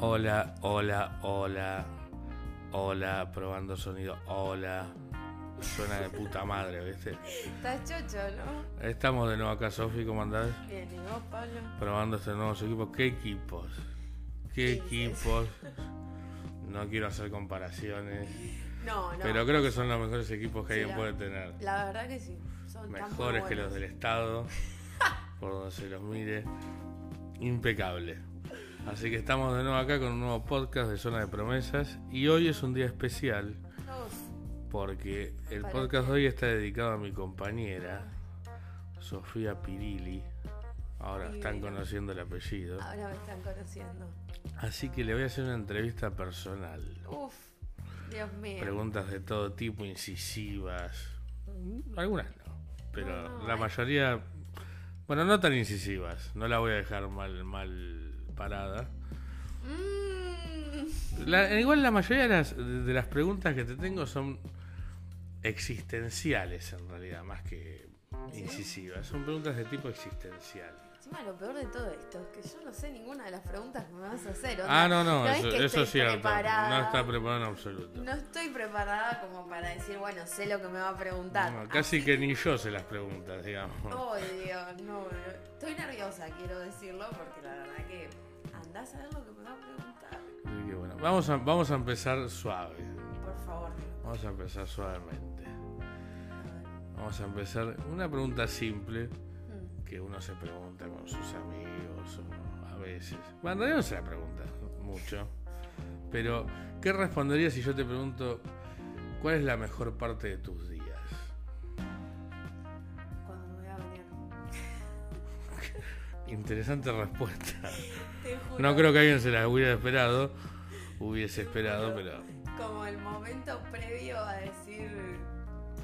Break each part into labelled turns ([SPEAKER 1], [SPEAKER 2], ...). [SPEAKER 1] Hola, hola, hola. Hola, probando sonido. Hola. Suena de puta madre, ¿viste?
[SPEAKER 2] Estás chocho, ¿no?
[SPEAKER 1] Estamos de nuevo acá, Sofi, ¿cómo andás?
[SPEAKER 2] Bien, ¿y vos, Pablo?
[SPEAKER 1] Probando este nuevo equipo. ¿Qué equipos? ¿Qué
[SPEAKER 2] Sí, sí.
[SPEAKER 1] equipos? No quiero hacer comparaciones,
[SPEAKER 2] No, no.
[SPEAKER 1] pero creo que son los mejores equipos que
[SPEAKER 2] Sí,
[SPEAKER 1] alguien
[SPEAKER 2] la-
[SPEAKER 1] puede tener.
[SPEAKER 2] La verdad que sí. Son tan
[SPEAKER 1] Mejores que
[SPEAKER 2] buenos.
[SPEAKER 1] los del Estado, por donde se los mire. Impecable. Así que estamos de nuevo acá con un nuevo podcast de Zona de Promesas y hoy es un día especial
[SPEAKER 2] Uf,
[SPEAKER 1] porque el
[SPEAKER 2] ¿Para
[SPEAKER 1] podcast de
[SPEAKER 2] qué?
[SPEAKER 1] hoy está dedicado a mi compañera Sofía Pirilli. Ahora están
[SPEAKER 2] Divina.
[SPEAKER 1] conociendo el apellido.
[SPEAKER 2] ahora me están conociendo.
[SPEAKER 1] Así que le voy a hacer una entrevista personal.
[SPEAKER 2] Uf, Dios mío.
[SPEAKER 1] Preguntas de todo tipo, incisivas. Algunas no, pero
[SPEAKER 2] Mm. Ah, No, eh. no,
[SPEAKER 1] la
[SPEAKER 2] hay-
[SPEAKER 1] mayoría, bueno, no tan incisivas. No la voy a dejar mal, mal parada.
[SPEAKER 2] Mm,
[SPEAKER 1] La- igual la mayoría de las, de las preguntas que te tengo son existenciales en realidad, más que incisivas. Son preguntas de tipo existencial.
[SPEAKER 2] Encima lo peor de todo esto es que yo no sé ninguna de las preguntas que me vas a hacer. o
[SPEAKER 1] Ah,
[SPEAKER 2] sea,
[SPEAKER 1] no, no,
[SPEAKER 2] es
[SPEAKER 1] eso,
[SPEAKER 2] que
[SPEAKER 1] eso
[SPEAKER 2] estoy
[SPEAKER 1] es cierto.
[SPEAKER 2] preparada,
[SPEAKER 1] No está preparado en absoluto.
[SPEAKER 2] No estoy preparada como para decir, bueno, sé lo que me va a preguntar.
[SPEAKER 1] No, casi que ni yo sé las preguntas, digamos.
[SPEAKER 2] Oh, Dios, no, no. Estoy nerviosa, quiero decirlo, porque la verdad que andás a ver lo que me va a preguntar.
[SPEAKER 1] Así que bueno, vamos a, vamos a empezar suave.
[SPEAKER 2] Por favor.
[SPEAKER 1] Vamos a empezar suavemente.
[SPEAKER 2] a ver.
[SPEAKER 1] Vamos a empezar una pregunta simple
[SPEAKER 2] Mm,
[SPEAKER 1] que uno se pregunta con sus amigos o a veces. Bueno, en realidad no se la pregunta mucho. Pero, ¿qué responderías si yo te pregunto cuál es la mejor parte de tus días?
[SPEAKER 2] Cuando me voy a bañar.
[SPEAKER 1] Interesante respuesta.
[SPEAKER 2] Te juro.
[SPEAKER 1] No creo que alguien se la hubiera esperado. Hubiese esperado, pero
[SPEAKER 2] Como el momento previo a decir,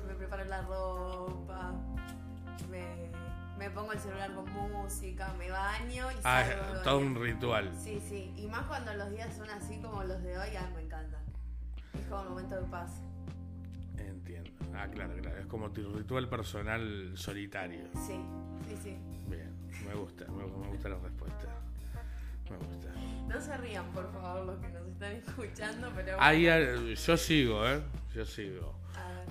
[SPEAKER 2] me preparo la ropa, me, me pongo el celular con música, me baño y
[SPEAKER 1] Ah,
[SPEAKER 2] salgo. de
[SPEAKER 1] todo
[SPEAKER 2] bañar.
[SPEAKER 1] un ritual.
[SPEAKER 2] Sí, sí, y más cuando los días son así como los de hoy, ah, me encanta. Es como el momento de paz.
[SPEAKER 1] Entiendo. Ah, claro, claro. Es como tu ritual personal solitario.
[SPEAKER 2] Sí, sí, sí.
[SPEAKER 1] Bien, me gusta, me, me gusta la respuesta. Me gusta.
[SPEAKER 2] No se rían, por favor, los que nos están escuchando, pero...
[SPEAKER 1] Hay al- yo sigo, ¿eh? Yo sigo.
[SPEAKER 2] A ver.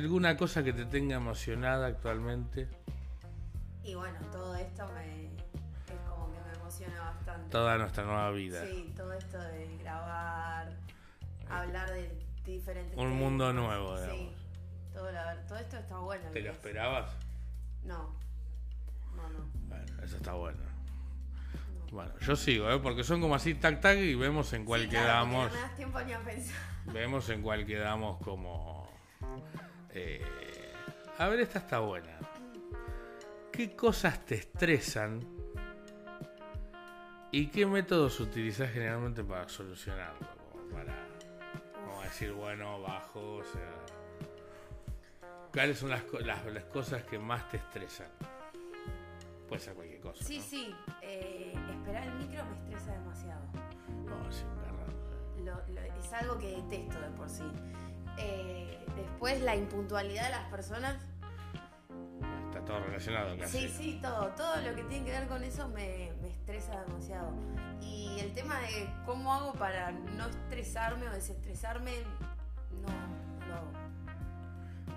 [SPEAKER 1] ¿Alguna cosa que te tenga emocionada actualmente?
[SPEAKER 2] Y bueno, todo esto me, es como que me emociona bastante.
[SPEAKER 1] Toda nuestra nueva vida.
[SPEAKER 2] Sí, todo esto de grabar, hablar de diferentes
[SPEAKER 1] Un
[SPEAKER 2] temas.
[SPEAKER 1] mundo nuevo,
[SPEAKER 2] Sí,
[SPEAKER 1] digamos.
[SPEAKER 2] todo, la- todo esto está bueno.
[SPEAKER 1] ¿Te lo
[SPEAKER 2] ¿ves?
[SPEAKER 1] esperabas?
[SPEAKER 2] No, no, no.
[SPEAKER 1] Bueno, eso está bueno. Bueno, yo sigo, ¿eh? Porque son como así, tac, tac, y vemos en cuál
[SPEAKER 2] Sí, claro, porque
[SPEAKER 1] quedamos.
[SPEAKER 2] No me das tiempo ni a pensar.
[SPEAKER 1] Vemos en cuál quedamos como... eh, a ver, esta está buena. ¿Qué cosas te estresan? ¿Y qué métodos utilizás generalmente para solucionarlo? Como para como decir, bueno, bajo, o sea... ¿Cuáles son las, co- las, las cosas que más te estresan? Puede ser cualquier cosa.
[SPEAKER 2] Sí,
[SPEAKER 1] ¿no?
[SPEAKER 2] sí, eh, esperar el micro me estresa demasiado.
[SPEAKER 1] No, sí, un garrón.
[SPEAKER 2] Lo- lo- es algo que detesto de por sí. Eh, después la impuntualidad de las personas.
[SPEAKER 1] Está todo relacionado casi.
[SPEAKER 2] Sí, sí, todo. Todo lo que tiene que ver con eso me, me estresa demasiado. Y el tema de cómo hago para no estresarme o desestresarme, no, no lo hago.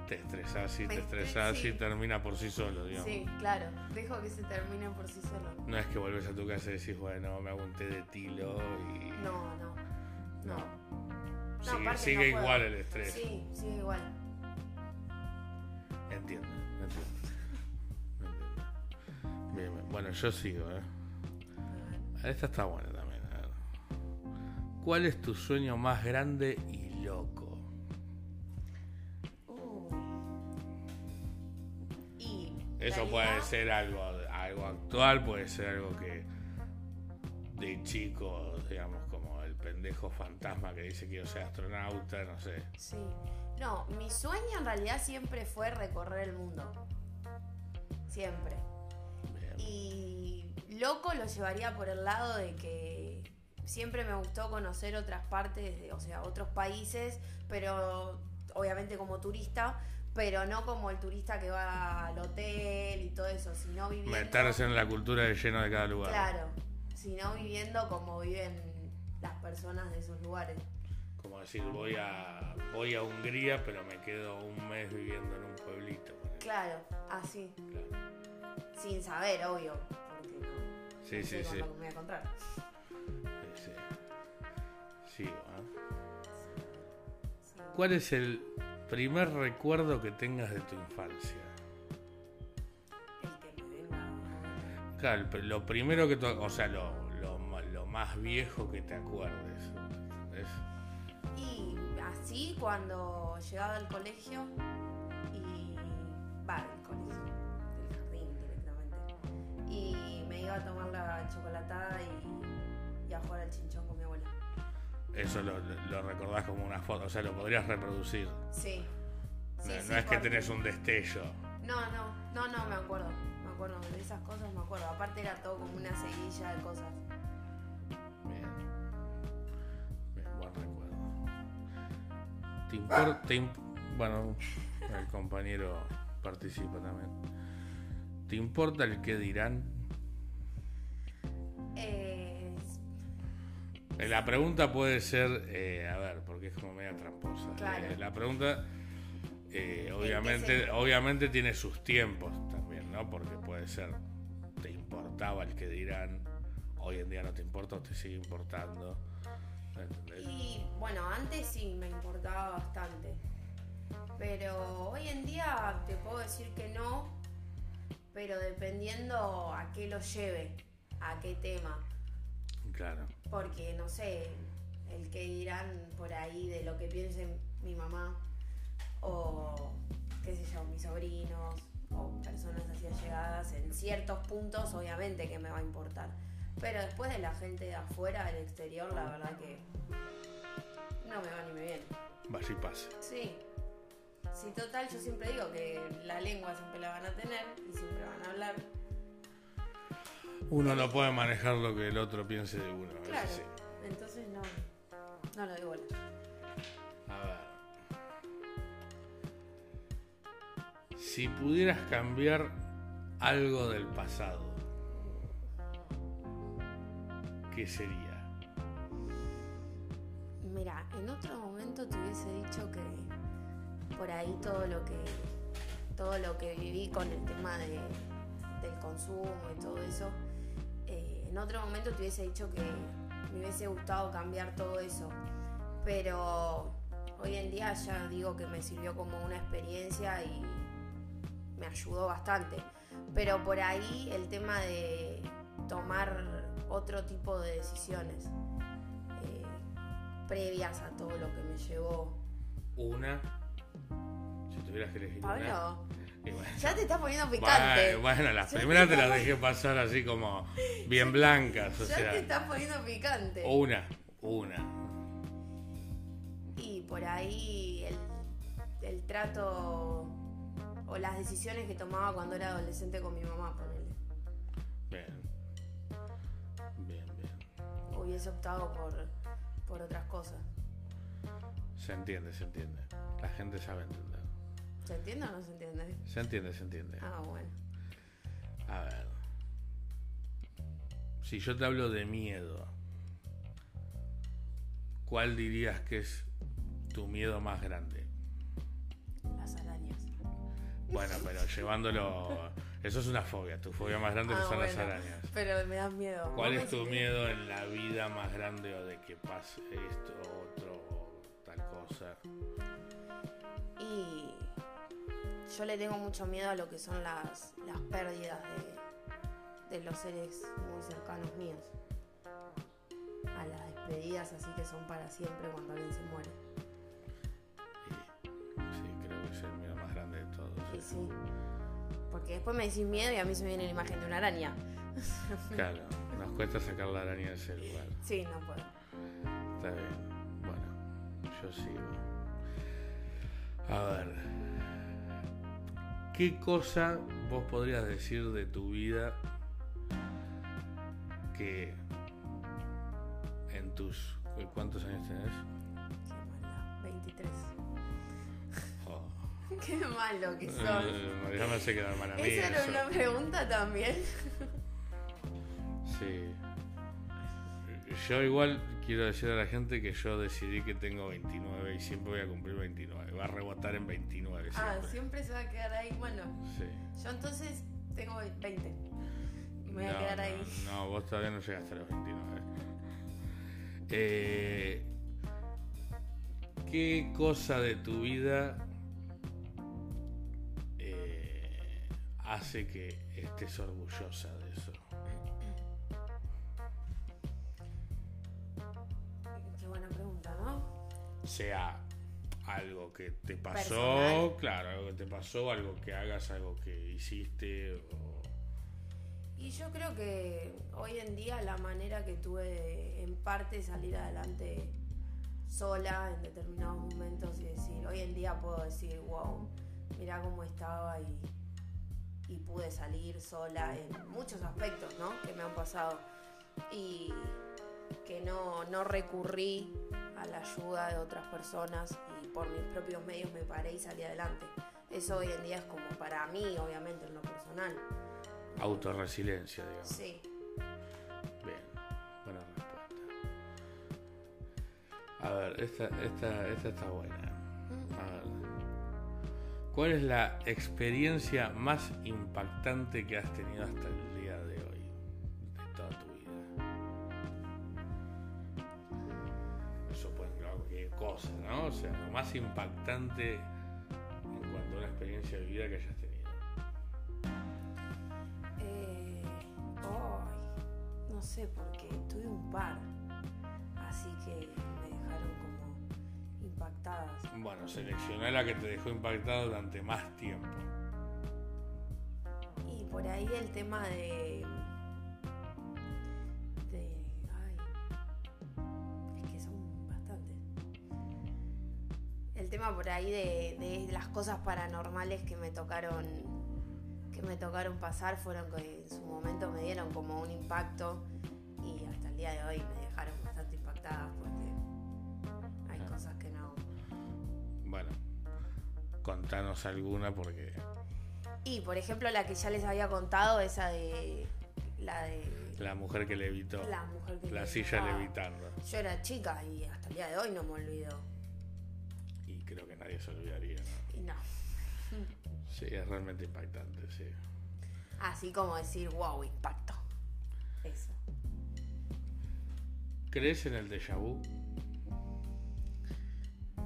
[SPEAKER 1] Te estresás y
[SPEAKER 2] Me
[SPEAKER 1] te
[SPEAKER 2] estre-
[SPEAKER 1] estresás
[SPEAKER 2] Este, sí.
[SPEAKER 1] y termina por sí solo, digamos.
[SPEAKER 2] Sí, claro. Dejo que se termine por sí solo.
[SPEAKER 1] No es que volvés a tu casa y decís, bueno, me hago un té de tilo y.
[SPEAKER 2] No, no.
[SPEAKER 1] No.
[SPEAKER 2] No. No,
[SPEAKER 1] sigue
[SPEAKER 2] aparte
[SPEAKER 1] sigue
[SPEAKER 2] no puedo.
[SPEAKER 1] igual el estrés.
[SPEAKER 2] Sí, sí, igual.
[SPEAKER 1] Entiendo, entiendo. Entiendo. Bien, bien. Bueno, yo sigo, ¿eh? Esta está buena también. a ver. ¿Cuál es tu sueño más grande y loco?
[SPEAKER 2] Uh. Y.
[SPEAKER 1] Eso
[SPEAKER 2] realidad,
[SPEAKER 1] puede ser algo, algo actual, puede ser algo que de chico, digamos, como el pendejo fantasma que dice que yo sea astronauta, no sé.
[SPEAKER 2] Sí. No, mi sueño en realidad siempre fue recorrer el mundo. Siempre.
[SPEAKER 1] Bien.
[SPEAKER 2] Y loco lo llevaría por el lado de que siempre me gustó conocer otras partes, de- o sea, otros países, pero obviamente como turista, pero no como el turista que va al hotel y todo eso, sino viviendo...
[SPEAKER 1] Meterse en la cultura de lleno de cada lugar.
[SPEAKER 2] Claro, sino viviendo como viven las personas de esos lugares.
[SPEAKER 1] Como decir, voy a, voy a Hungría, pero me quedo un mes viviendo en un pueblito. ponele.
[SPEAKER 2] Claro, así,
[SPEAKER 1] Claro.
[SPEAKER 2] sin saber, obvio. Porque no,
[SPEAKER 1] Sí,
[SPEAKER 2] no
[SPEAKER 1] sí,
[SPEAKER 2] sé con
[SPEAKER 1] sí.
[SPEAKER 2] lo que me voy a encontrar.
[SPEAKER 1] Sí, sí. Sigo, ¿ah?
[SPEAKER 2] Sí.
[SPEAKER 1] ¿Cuál es el primer recuerdo que tengas de tu infancia?
[SPEAKER 2] El que me venga.
[SPEAKER 1] Claro, el pr- lo primero que tú, o sea, lo, lo ma- lo más viejo que te acuerdes. ¿entendés?
[SPEAKER 2] Y así cuando llegaba al colegio y. va, del colegio, del jardín directamente. Y me iba a tomar la chocolatada y, y a jugar al chinchón con mi abuela.
[SPEAKER 1] Eso lo, lo- lo recordás como una foto, o sea, lo podrías reproducir.
[SPEAKER 2] Sí. Sí,
[SPEAKER 1] no
[SPEAKER 2] sí,
[SPEAKER 1] no es que
[SPEAKER 2] porque-
[SPEAKER 1] tenés un destello.
[SPEAKER 2] No, no, no, no, me acuerdo. Me acuerdo, de esas cosas me acuerdo. Aparte era todo como una seguilla de cosas.
[SPEAKER 1] Bien. Bien, buen recuerdo. ¿Te impor- te imp- bueno, el compañero participa también. ¿Te importa el que dirán?
[SPEAKER 2] Eh,
[SPEAKER 1] Eh, La pregunta puede ser, eh, a ver, porque es como media tramposa.
[SPEAKER 2] Claro.
[SPEAKER 1] Eh, la pregunta, eh, obviamente,
[SPEAKER 2] sentido?
[SPEAKER 1] obviamente tiene sus tiempos también, ¿no? Porque puede ser, te importaba el que dirán, hoy en día no te importa o te sigue importando. Eh, ¿entendés?
[SPEAKER 2] Y bueno, antes sí me importaba bastante. Pero hoy en día te puedo decir que no, pero dependiendo a qué lo lleve, a qué tema.
[SPEAKER 1] Claro.
[SPEAKER 2] Porque no sé, el que dirán por ahí de lo que piensen mi mamá o qué sé yo, mis sobrinos o personas hacia llegadas en ciertos puntos, obviamente que me va a importar. Pero después de la gente de afuera, del exterior, la verdad que no me va ni me viene.
[SPEAKER 1] Vas y pasa.
[SPEAKER 2] Sí. Sí, total, yo siempre digo que la lengua siempre la van a tener y siempre van a hablar.
[SPEAKER 1] Uno no puede manejar lo que el otro piense de uno. eso
[SPEAKER 2] Claro.
[SPEAKER 1] sí.
[SPEAKER 2] Entonces no, no lo digo.
[SPEAKER 1] A ver. Si pudieras cambiar algo del pasado, ¿qué sería?
[SPEAKER 2] Mira, en otro momento te hubiese dicho que por ahí todo lo que todo lo que viví con el tema de, del consumo y todo eso, eh, en otro momento te hubiese dicho que me hubiese gustado cambiar todo eso, pero hoy en día ya digo que me sirvió como una experiencia y me ayudó bastante, pero por ahí el tema de tomar otro tipo de decisiones. eh, previas a todo lo que me llevó.
[SPEAKER 1] Una. Si tuvieras que elegir una.
[SPEAKER 2] Pablo,
[SPEAKER 1] Y bueno.
[SPEAKER 2] ya te estás poniendo picante.
[SPEAKER 1] Bueno, bueno, las
[SPEAKER 2] Ya
[SPEAKER 1] primeras
[SPEAKER 2] te
[SPEAKER 1] te las
[SPEAKER 2] está-
[SPEAKER 1] dejé pasar así como bien blancas, o
[SPEAKER 2] ya
[SPEAKER 1] sea,
[SPEAKER 2] te estás poniendo picante.
[SPEAKER 1] una, una.
[SPEAKER 2] Y por ahí el, el trato o las decisiones que tomaba cuando era adolescente con mi mamá, ponele.
[SPEAKER 1] Bien. Bien, bien.
[SPEAKER 2] Hubiese optado por, por otras cosas.
[SPEAKER 1] Se entiende, se entiende. La gente sabe entender.
[SPEAKER 2] ¿Se entiende o no se entiende?
[SPEAKER 1] Se entiende, se entiende.
[SPEAKER 2] Ah, bueno.
[SPEAKER 1] A ver. Si yo te hablo de miedo, ¿cuál dirías que es tu miedo más grande?
[SPEAKER 2] Las arañas.
[SPEAKER 1] Bueno, pero llevándolo. Eso es una fobia. Tu fobia más grande que
[SPEAKER 2] Ah,
[SPEAKER 1] son las
[SPEAKER 2] bueno,
[SPEAKER 1] arañas.
[SPEAKER 2] Pero me dan miedo.
[SPEAKER 1] ¿Cuál
[SPEAKER 2] Vos
[SPEAKER 1] es
[SPEAKER 2] me
[SPEAKER 1] tu
[SPEAKER 2] decís-
[SPEAKER 1] miedo en la vida más grande o de que pase esto, otro, o tal cosa?
[SPEAKER 2] Y yo le tengo mucho miedo a lo que son las, las pérdidas de, de los seres muy cercanos míos. A las despedidas así que son para siempre cuando alguien se muere.
[SPEAKER 1] Y- sí, creo que es el miedo más grande de todos.
[SPEAKER 2] Y sí. Porque después me decís miedo y a mí se me viene la imagen de una araña.
[SPEAKER 1] Claro, nos cuesta sacar la araña de ese lugar.
[SPEAKER 2] Sí, no puedo.
[SPEAKER 1] Está bien. Bueno, yo sigo. A ver. ¿Qué cosa vos podrías decir de tu vida que en tus... ¿Cuántos años tenés?
[SPEAKER 2] Qué mala. 23.
[SPEAKER 1] Oh.
[SPEAKER 2] Qué malo que son.
[SPEAKER 1] Eh, ya me sé quedar mal a mí.
[SPEAKER 2] Esa era
[SPEAKER 1] eso.
[SPEAKER 2] una pregunta también.
[SPEAKER 1] Sí. Yo igual quiero decir a la gente que yo decidí que tengo 29 y siempre voy a cumplir 29. Va a rebotar en 29
[SPEAKER 2] Ah,
[SPEAKER 1] siempre.
[SPEAKER 2] siempre se va a quedar ahí. Bueno,
[SPEAKER 1] Sí.
[SPEAKER 2] yo entonces tengo 20. Y me voy
[SPEAKER 1] no,
[SPEAKER 2] a quedar
[SPEAKER 1] no,
[SPEAKER 2] ahí.
[SPEAKER 1] No, vos todavía no llegaste a los 29. Eh, ¿Qué cosa de tu vida eh, hace que estés orgullosa de eso?
[SPEAKER 2] Qué buena pregunta, ¿no?
[SPEAKER 1] Sea algo que te pasó,
[SPEAKER 2] Personal.
[SPEAKER 1] claro, algo que te pasó, algo que hagas, algo que hiciste. o-
[SPEAKER 2] Y yo creo que hoy en día la manera que tuve de, en parte salir adelante sola en determinados momentos y decir, hoy en día puedo decir, wow, mirá cómo estaba y, y pude salir sola en muchos aspectos ¿no? que me han pasado y que no, no recurrí a la ayuda de otras personas y por mis propios medios me paré y salí adelante. Eso hoy en día es como para mí, obviamente, en lo personal.
[SPEAKER 1] Autorresiliencia, digamos.
[SPEAKER 2] Sí.
[SPEAKER 1] Bien, buena respuesta. A ver, esta, esta, esta está buena. A ver. ¿Cuál es la experiencia más impactante que has tenido hasta el día de hoy? De toda tu vida. Eso puede englobar cualquier cosa, ¿no? O sea, lo más impactante en cuanto a una experiencia de vida que hayas tenido.
[SPEAKER 2] Eh, ay, no sé, porque tuve un par. Así que me dejaron como impactadas.
[SPEAKER 1] Bueno, seleccioná la que te dejó impactado durante más tiempo.
[SPEAKER 2] Y por ahí el tema de. de. Ay. Es que son bastantes. El tema por ahí de, de las cosas paranormales que me tocaron. que me tocaron pasar fueron que en su momento me dieron como un impacto. Y hasta el día de hoy me dejaron bastante impactadas porque hay
[SPEAKER 1] Ah.
[SPEAKER 2] cosas que no.
[SPEAKER 1] Bueno, contanos alguna porque.
[SPEAKER 2] Y por ejemplo la que ya les había contado, esa de. la de.
[SPEAKER 1] La mujer que levitó.
[SPEAKER 2] La mujer Ah. que
[SPEAKER 1] La
[SPEAKER 2] levitaba.
[SPEAKER 1] silla levitando.
[SPEAKER 2] Yo era chica y hasta el día de hoy no me olvido.
[SPEAKER 1] Y creo que nadie se olvidaría, ¿no?
[SPEAKER 2] Y no.
[SPEAKER 1] Sí, es realmente impactante, sí.
[SPEAKER 2] Así como decir, wow, impacto. Eso.
[SPEAKER 1] ¿Crees en el déjà vu?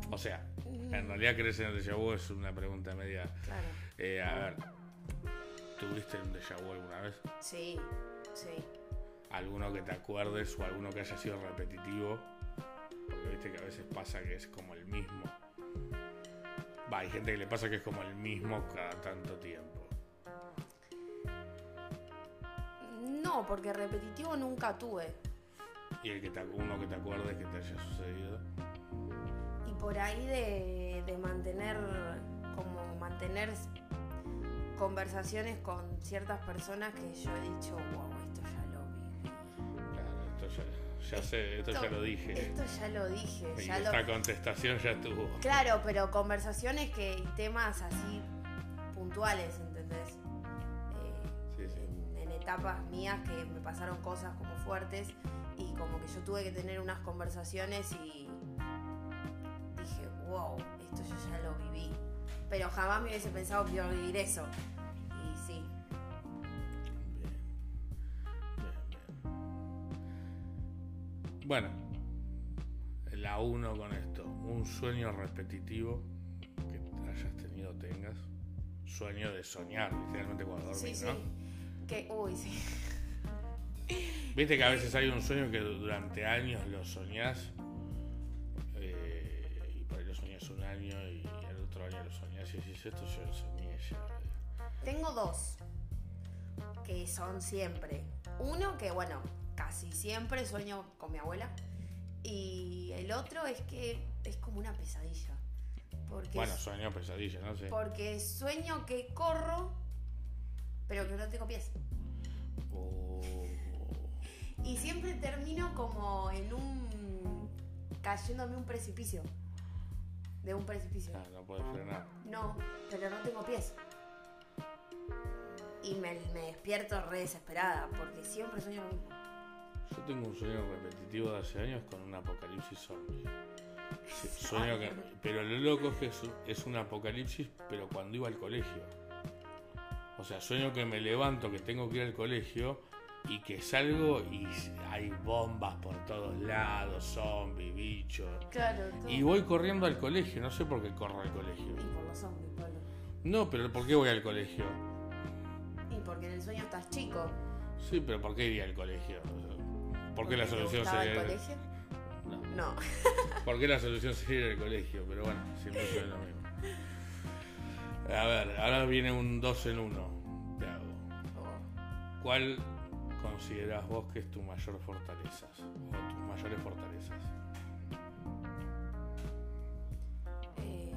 [SPEAKER 1] O sea,
[SPEAKER 2] Mm.
[SPEAKER 1] en realidad crees en el déjà vu es una pregunta media.
[SPEAKER 2] Claro.
[SPEAKER 1] Eh, a ver, ¿tuviste un déjà vu alguna vez?
[SPEAKER 2] Sí, sí.
[SPEAKER 1] alguno que te acuerdes o alguno que haya sido repetitivo. Porque viste que a veces pasa que es como el mismo. Va, hay gente que le pasa que es como el mismo cada tanto tiempo.
[SPEAKER 2] No, porque repetitivo nunca tuve.
[SPEAKER 1] Y el que te, uno que te acuerdes que te haya sucedido.
[SPEAKER 2] Y por ahí de, de mantener, como mantener conversaciones con ciertas personas que yo he dicho, wow, esto ya lo vi.
[SPEAKER 1] Claro, esto ya, ya sé, esto ya lo dije.
[SPEAKER 2] Esto ya lo dije.
[SPEAKER 1] Y
[SPEAKER 2] ya lo...
[SPEAKER 1] esta contestación ya estuvo.
[SPEAKER 2] Claro, pero conversaciones que y temas así puntuales, ¿entendés? Eh,
[SPEAKER 1] Sí, sí.
[SPEAKER 2] En, en etapas mías que me pasaron cosas como fuertes y como que yo tuve que tener unas conversaciones y dije, wow, esto yo ya lo viví. Pero jamás me hubiese pensado que iba a vivir eso. Y sí,
[SPEAKER 1] Bien. Bien, bien. Bueno, la uno con esto. Un sueño repetitivo que hayas tenido o tengas. Sueño de soñar, literalmente cuando
[SPEAKER 2] sí,
[SPEAKER 1] dormís,
[SPEAKER 2] sí.
[SPEAKER 1] ¿no?
[SPEAKER 2] Que, uy, sí.
[SPEAKER 1] Viste que a veces hay un sueño que durante años lo soñás. eh, y por ahí lo soñás un año y el otro año lo soñás y decís, esto yo lo soñé ya.
[SPEAKER 2] Tengo dos que son siempre. Uno que, bueno, casi siempre sueño con mi abuela. Y el otro es que es como una pesadilla. Porque,
[SPEAKER 1] Bueno, sueño pesadilla, no sé.
[SPEAKER 2] porque sueño que corro, pero que no tengo pies.
[SPEAKER 1] Oh.
[SPEAKER 2] Y siempre termino como en un. cayéndome un precipicio. De un precipicio.
[SPEAKER 1] Ah, no puedes frenar.
[SPEAKER 2] No, pero no tengo pies. Y me, me despierto re desesperada porque siempre sueño lo mismo.
[SPEAKER 1] Yo tengo un sueño repetitivo de hace años con un apocalipsis zombie. Sí, sueño que- pero lo loco es que es, un- es un apocalipsis, pero cuando iba al colegio. O sea, sueño que me levanto, que tengo que ir al colegio y que salgo y hay bombas por todos lados, zombies, bichos.
[SPEAKER 2] Claro, todo.
[SPEAKER 1] Y voy corriendo al colegio, no sé por qué corro al colegio.
[SPEAKER 2] Y por los zombies, Pablo.
[SPEAKER 1] No, pero ¿por qué voy al colegio?
[SPEAKER 2] Y porque en el sueño estás chico.
[SPEAKER 1] Sí, pero ¿por qué iría al colegio? ¿Por qué
[SPEAKER 2] Porque
[SPEAKER 1] la
[SPEAKER 2] te
[SPEAKER 1] solución
[SPEAKER 2] gustaba el
[SPEAKER 1] sería...
[SPEAKER 2] colegio?
[SPEAKER 1] No.
[SPEAKER 2] No.
[SPEAKER 1] ¿Por qué la solución sería ir al colegio? Pero bueno, siempre soy lo mismo. A ver, ahora viene un 2 en 1. Te hago.
[SPEAKER 2] Oh,
[SPEAKER 1] ¿Cuál consideras vos que es tu mayor fortaleza? O tus mayores fortalezas.
[SPEAKER 2] Eh,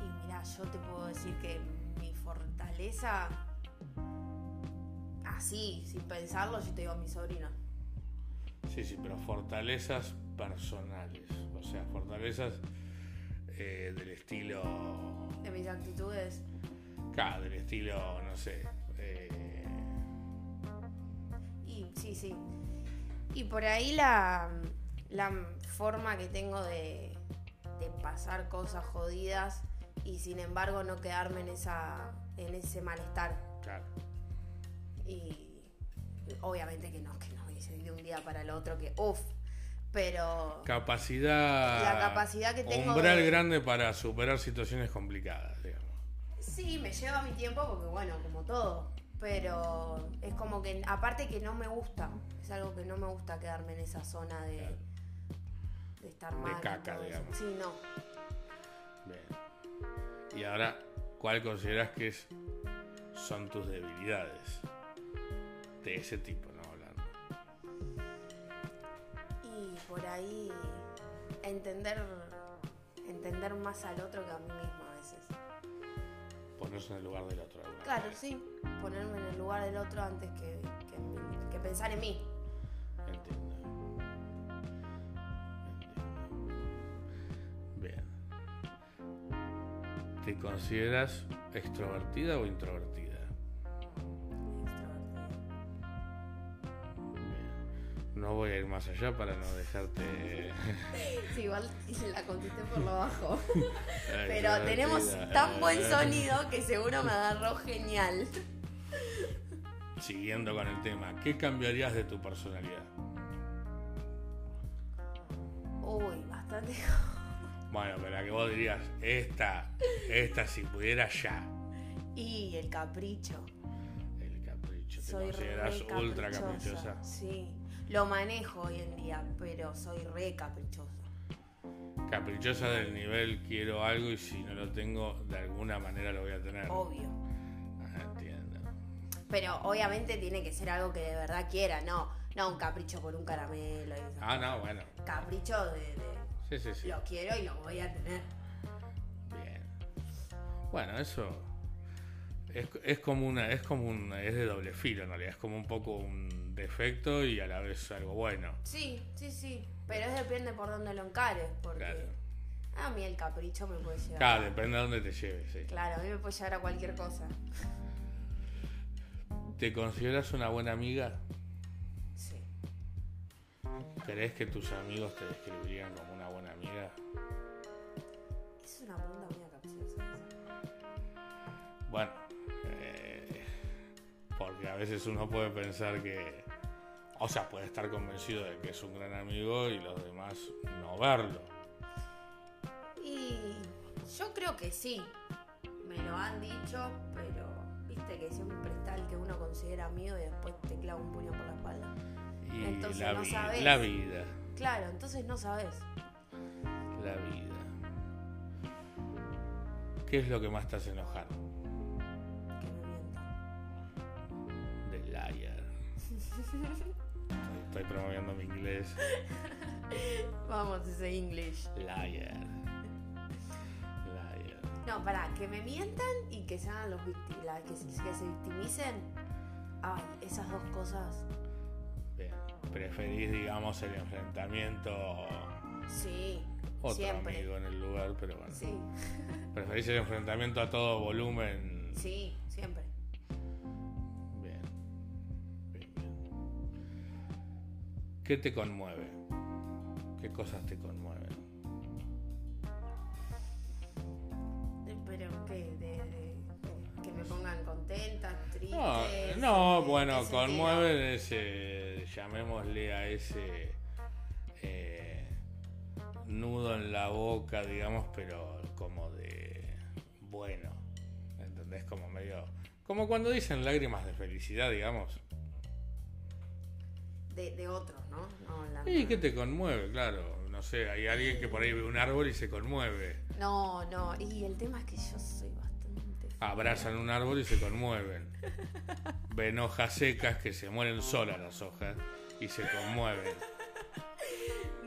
[SPEAKER 2] y mira, yo te puedo decir que mi fortaleza, así, sin pensarlo, yo te digo mi sobrino.
[SPEAKER 1] Sí, sí, pero fortalezas personales. O sea, fortalezas eh, del estilo.
[SPEAKER 2] De mis actitudes,
[SPEAKER 1] Claro, del estilo, no sé. eh,
[SPEAKER 2] Y sí, sí. Y por ahí la, la forma que tengo de, de pasar cosas jodidas y sin embargo no quedarme en, esa, en ese malestar.
[SPEAKER 1] claro.
[SPEAKER 2] Y obviamente que no, que no hubiese ido de un día para el otro, que uff, pero...
[SPEAKER 1] Capacidad.
[SPEAKER 2] La capacidad que tengo
[SPEAKER 1] Umbral
[SPEAKER 2] de-
[SPEAKER 1] grande para superar situaciones complicadas, digamos.
[SPEAKER 2] Sí, me lleva mi tiempo porque bueno, como todo. Pero es como que, aparte que no me gusta, es algo que no me gusta quedarme en esa zona de,
[SPEAKER 1] Claro.
[SPEAKER 2] de estar mal. y
[SPEAKER 1] caca,
[SPEAKER 2] todo eso.
[SPEAKER 1] digamos.
[SPEAKER 2] Sí, no.
[SPEAKER 1] Bien. Y ahora, ¿cuál consideras que es, son tus debilidades? De ese tipo, no hablando.
[SPEAKER 2] Y por ahí entender entender más al otro que a mí misma a veces.
[SPEAKER 1] Ponerse en el lugar del otro. de alguna
[SPEAKER 2] Claro,
[SPEAKER 1] manera.
[SPEAKER 2] sí. Ponerme en el lugar del otro antes que, que mi- que pensar en mí.
[SPEAKER 1] Entiendo. Entiendo. Bien. ¿Te consideras extrovertida o introvertida? Bien. No voy a ir más allá para no dejarte.
[SPEAKER 2] Sí, igual la contesté por lo bajo. Pero
[SPEAKER 1] extrovertida.
[SPEAKER 2] tenemos tan buen sonido que seguro me agarró genial.
[SPEAKER 1] Siguiendo con el tema, ¿qué cambiarías de tu personalidad?
[SPEAKER 2] Uy, bastante.
[SPEAKER 1] Bueno, pero la que vos dirías, esta, esta si pudiera ya.
[SPEAKER 2] Y el capricho.
[SPEAKER 1] El capricho, te
[SPEAKER 2] Soy
[SPEAKER 1] consideras
[SPEAKER 2] re
[SPEAKER 1] ultra
[SPEAKER 2] caprichosa.
[SPEAKER 1] caprichosa.
[SPEAKER 2] Sí. Lo manejo hoy en día, pero soy re caprichosa.
[SPEAKER 1] Caprichosa del nivel quiero algo y si no lo tengo, de alguna manera lo voy a tener.
[SPEAKER 2] Obvio.
[SPEAKER 1] Ah, entiendo.
[SPEAKER 2] Pero obviamente tiene que ser algo que de verdad quiera, no. No un capricho por un caramelo. y eso.
[SPEAKER 1] Ah, no, bueno.
[SPEAKER 2] Capricho de, de
[SPEAKER 1] Sí, sí, sí.
[SPEAKER 2] lo quiero y lo voy a tener.
[SPEAKER 1] Bien. Bueno, eso es, es como una, es como un, es de doble filo en realidad, es como un poco un defecto y a la vez algo bueno.
[SPEAKER 2] Sí, sí, sí. Pero es depende por dónde lo encares, porque
[SPEAKER 1] Claro.
[SPEAKER 2] a mí el capricho me puede llevar.
[SPEAKER 1] Claro, depende de dónde te lleves, sí.
[SPEAKER 2] Claro, a mí me puede llevar a cualquier cosa.
[SPEAKER 1] ¿Te consideras una buena amiga?
[SPEAKER 2] Sí.
[SPEAKER 1] ¿Crees que tus amigos te describirían como una buena amiga?
[SPEAKER 2] Es una pregunta muy capciosa. esa.
[SPEAKER 1] Bueno, eh, porque a veces uno puede pensar que, o sea, puede estar convencido de que es un gran amigo y los demás no verlo.
[SPEAKER 2] Y yo creo que sí. Me lo han dicho, pero viste que siempre está el que uno considera amigo y después te clava un puño por la espalda.
[SPEAKER 1] Y
[SPEAKER 2] Entonces
[SPEAKER 1] la,
[SPEAKER 2] no
[SPEAKER 1] vi-
[SPEAKER 2] sabes.
[SPEAKER 1] la vida,
[SPEAKER 2] Claro, entonces no sabes.
[SPEAKER 1] la vida. ¿Qué es lo que más te hace enojar?
[SPEAKER 2] Que me mientan.
[SPEAKER 1] The liar. Estoy- Estoy promoviendo mi inglés.
[SPEAKER 2] Vamos, ese English.
[SPEAKER 1] Liar. Liar.
[SPEAKER 2] No, pará, que me mientan y que se hagan los victi- la- que, se- que se victimicen. Ay, esas dos cosas.
[SPEAKER 1] Bien. Preferís, digamos, el enfrentamiento
[SPEAKER 2] Sí.
[SPEAKER 1] otro
[SPEAKER 2] siempre.
[SPEAKER 1] amigo en el lugar, pero bueno.
[SPEAKER 2] Sí,
[SPEAKER 1] Preferís el enfrentamiento a todo volumen.
[SPEAKER 2] sí, siempre.
[SPEAKER 1] Bien. Bien, bien. ¿Qué te conmueve? ¿Qué cosas te conmueven?
[SPEAKER 2] Pero que, de- de- que me pongan contenta, triste.
[SPEAKER 1] No, no,
[SPEAKER 2] eh,
[SPEAKER 1] bueno,
[SPEAKER 2] qué
[SPEAKER 1] conmueve ese, eh, llamémosle a ese eh, nudo en la boca, digamos, pero como de bueno, ¿entendés? Como medio, como cuando dicen lágrimas de felicidad, digamos.
[SPEAKER 2] sentido. De, de otros, ¿no? No, la-
[SPEAKER 1] Y que te conmueve, claro, no sé, hay alguien que por ahí ve un árbol y se conmueve,
[SPEAKER 2] no, no, y el tema es que yo soy bastante...
[SPEAKER 1] abrazan un árbol y se conmueven, ven hojas secas que se mueren solas las hojas y se conmueven.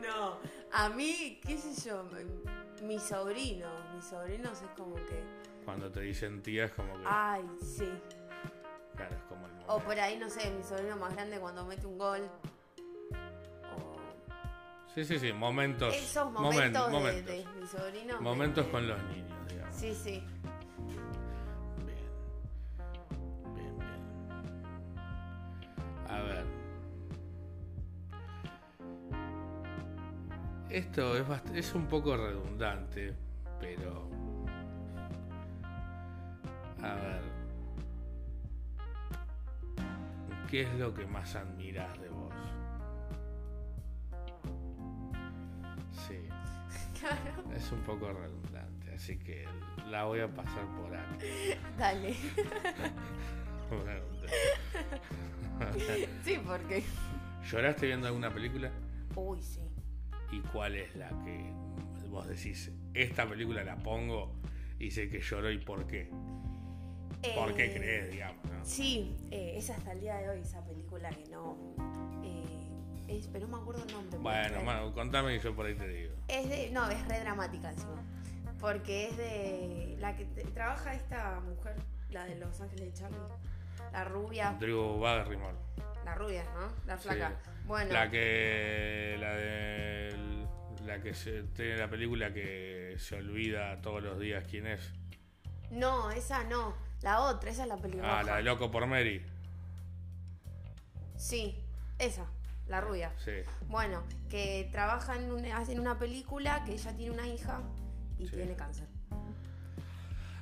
[SPEAKER 2] No, a mí, qué sé yo, mi- mis sobrinos, mis sobrinos es como que,
[SPEAKER 1] Cuando te dicen tía es como que.
[SPEAKER 2] ay, sí.
[SPEAKER 1] Claro, es como el momento.
[SPEAKER 2] Ah. O pues, por ahí, no sé, mi sobrino más grande cuando mete un gol. O
[SPEAKER 1] Sí, sí, sí, momentos.
[SPEAKER 2] esos
[SPEAKER 1] momen-
[SPEAKER 2] momentos, de-
[SPEAKER 1] momentos.
[SPEAKER 2] de, mis sobrinos. me-
[SPEAKER 1] Momentos con los niños, digamos.
[SPEAKER 2] Sí, sí.
[SPEAKER 1] Bien. Bien, bien. A ver. Esto es, bast- es un poco redundante, pero. A ver. ¿Qué es lo que más admiras de vos? Sí.
[SPEAKER 2] Claro,
[SPEAKER 1] Es un poco redundante, así que la voy a pasar por alto.
[SPEAKER 2] dale.
[SPEAKER 1] Redundante.
[SPEAKER 2] Sí, porque.
[SPEAKER 1] ¿Lloraste viendo alguna película?
[SPEAKER 2] Uy, sí.
[SPEAKER 1] ¿Y cuál es la que vos decís, esta película la pongo y sé que lloró y por qué? ¿Por qué
[SPEAKER 2] Eh,
[SPEAKER 1] crees, digamos? ¿no?
[SPEAKER 2] Sí, eh, es hasta el día de hoy esa película que no. eh, es, pero no me acuerdo el nombre.
[SPEAKER 1] Bueno,
[SPEAKER 2] pero-
[SPEAKER 1] Manu, contame y yo por ahí te digo.
[SPEAKER 2] Es de. No, es re dramática encima. Porque es de. La que te- trabaja esta mujer, la de Los Ángeles de Charlie. La rubia.
[SPEAKER 1] Drew Barrymore.
[SPEAKER 2] La rubia, ¿no? La flaca.
[SPEAKER 1] Sí.
[SPEAKER 2] Bueno.
[SPEAKER 1] La que. La de. La que se, tiene la película que se olvida todos los días quién es.
[SPEAKER 2] No, esa no. La otra, esa es la pelirroja.
[SPEAKER 1] Ah, la de Loco por Mary.
[SPEAKER 2] Sí, esa. La rubia.
[SPEAKER 1] Sí.
[SPEAKER 2] Bueno, que trabaja en una, hacen una película que ella tiene una hija y
[SPEAKER 1] Sí.
[SPEAKER 2] tiene cáncer.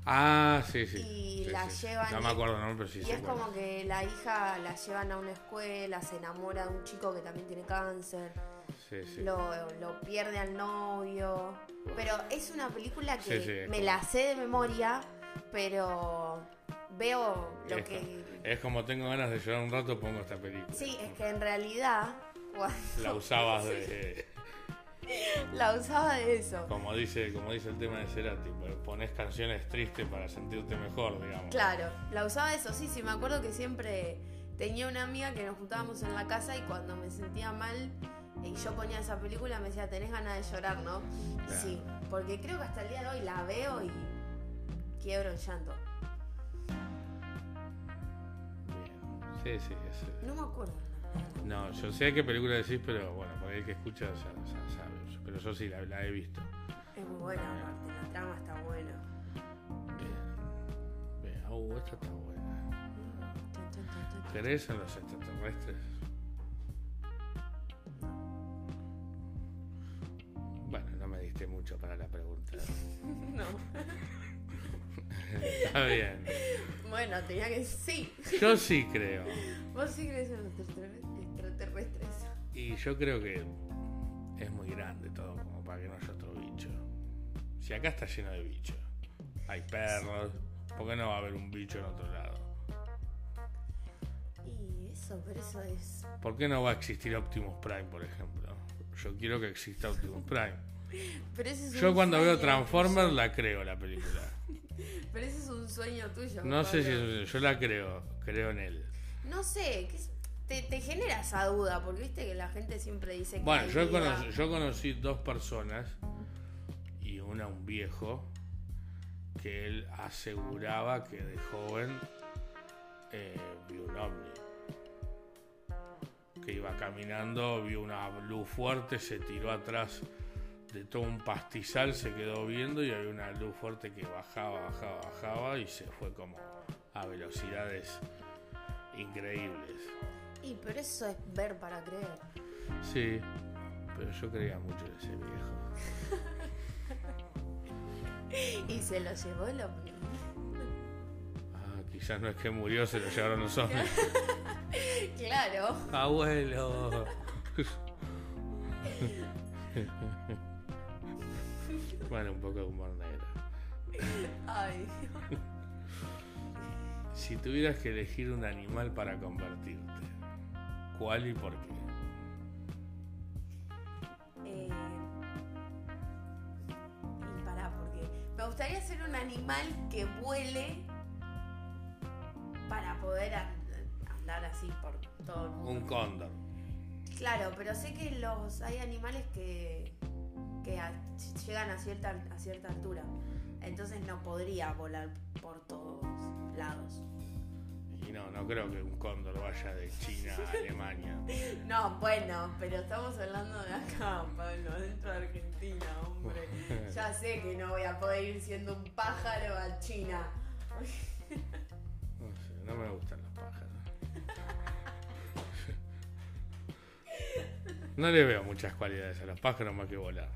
[SPEAKER 1] Ah, sí, sí.
[SPEAKER 2] Y
[SPEAKER 1] Sí,
[SPEAKER 2] la
[SPEAKER 1] sí.
[SPEAKER 2] llevan
[SPEAKER 1] No
[SPEAKER 2] y-
[SPEAKER 1] me acuerdo el nombre, pero sí
[SPEAKER 2] y
[SPEAKER 1] sé
[SPEAKER 2] es
[SPEAKER 1] cuál
[SPEAKER 2] como que la hija la llevan a una escuela, se enamora de un chico que también tiene cáncer.
[SPEAKER 1] Sí, sí.
[SPEAKER 2] lo, lo pierde al novio. Pero es una película que
[SPEAKER 1] Sí, sí, es
[SPEAKER 2] me
[SPEAKER 1] como-
[SPEAKER 2] la sé de memoria, pero veo lo
[SPEAKER 1] es,
[SPEAKER 2] que...
[SPEAKER 1] es como tengo ganas de llorar un rato, pongo esta película.
[SPEAKER 2] Sí, es que en realidad cua-
[SPEAKER 1] La usabas de. eh,
[SPEAKER 2] la usaba de eso.
[SPEAKER 1] Como dice, como dice el tema de Cerati, pones canciones tristes para sentirte mejor, digamos.
[SPEAKER 2] Claro, la usaba de eso. Sí, sí, me acuerdo que siempre tenía una amiga que nos juntábamos en la casa y cuando me sentía mal y yo ponía esa película me decía, tenés ganas de llorar, ¿no?
[SPEAKER 1] Claro.
[SPEAKER 2] Sí, porque creo que hasta el día de hoy la veo y quiebro en llanto.
[SPEAKER 1] Bien. Sí, sí, es-
[SPEAKER 2] No me acuerdo.
[SPEAKER 1] No, yo sé qué película decís, pero bueno, por el que escucha ya, ya sabe. Pero yo sí la, la he visto.
[SPEAKER 2] Es muy buena, aparte, la trama está buena.
[SPEAKER 1] Bien. Bien. Uh, esta está buena.
[SPEAKER 2] Tan, tan, tan, tan.
[SPEAKER 1] ¿Crees en los extraterrestres? Bueno, no me diste mucho para la pregunta.
[SPEAKER 2] Mm. No.
[SPEAKER 1] Está bien.
[SPEAKER 2] Bueno, tenía que. Sí.
[SPEAKER 1] Yo sí creo.
[SPEAKER 2] Vos sí crees en los extraterrestres- extraterrestres.
[SPEAKER 1] Y yo creo que es muy grande todo como para que no haya otro bicho. Si acá está lleno de bichos, hay perros, ¿por qué no va a haber un bicho en otro lado?
[SPEAKER 2] Y eso, pero eso es.
[SPEAKER 1] ¿Por qué no va a existir Optimus Prime, por ejemplo? Yo quiero que exista Optimus Prime.
[SPEAKER 2] Pero ese es
[SPEAKER 1] Yo
[SPEAKER 2] un
[SPEAKER 1] cuando
[SPEAKER 2] sueño
[SPEAKER 1] veo Transformers la creo la película.
[SPEAKER 2] tuyo. Pero ese es un sueño tuyo.
[SPEAKER 1] No sé si
[SPEAKER 2] Pablo.
[SPEAKER 1] es- yo la creo, creo en él.
[SPEAKER 2] No sé, ¿qué es? Te, te genera esa duda, porque viste que la gente siempre dice que.
[SPEAKER 1] Bueno,
[SPEAKER 2] hay
[SPEAKER 1] yo
[SPEAKER 2] vida.
[SPEAKER 1] conocí, yo conocí dos personas y una un viejo que él aseguraba que de joven eh, vio un ovni. Que iba caminando, vio una luz fuerte, se tiró atrás de todo un pastizal, se quedó viendo y había una luz fuerte que bajaba, bajaba, bajaba y se fue como a velocidades increíbles.
[SPEAKER 2] Y pero eso es ver para creer.
[SPEAKER 1] Sí, pero yo creía mucho en ese viejo.
[SPEAKER 2] Y se lo llevó el ovni.
[SPEAKER 1] Ah, quizás no es que murió, se lo llevaron los hombres.
[SPEAKER 2] Claro.
[SPEAKER 1] Abuelo. bueno, un poco de humor negro.
[SPEAKER 2] Ay, Dios.
[SPEAKER 1] Si tuvieras que elegir un animal para convertirte, ¿cuál y por qué?
[SPEAKER 2] Eh, y pará, porque me gustaría ser un animal que vuele para poder and- andar así por todo el mundo.
[SPEAKER 1] Un cóndor.
[SPEAKER 2] Claro, pero sé que los hay animales que, que a- llegan a cierta, a cierta altura. Entonces no podría volar por todos lados.
[SPEAKER 1] Y no, no creo que un cóndor vaya de China a Alemania.
[SPEAKER 2] No, bueno, pero estamos hablando de acá, Pablo, dentro de Argentina, hombre. Ya sé que no voy a poder ir siendo un pájaro a China.
[SPEAKER 1] No sé, no me gustan los pájaros. No le veo muchas cualidades a los pájaros más que volar.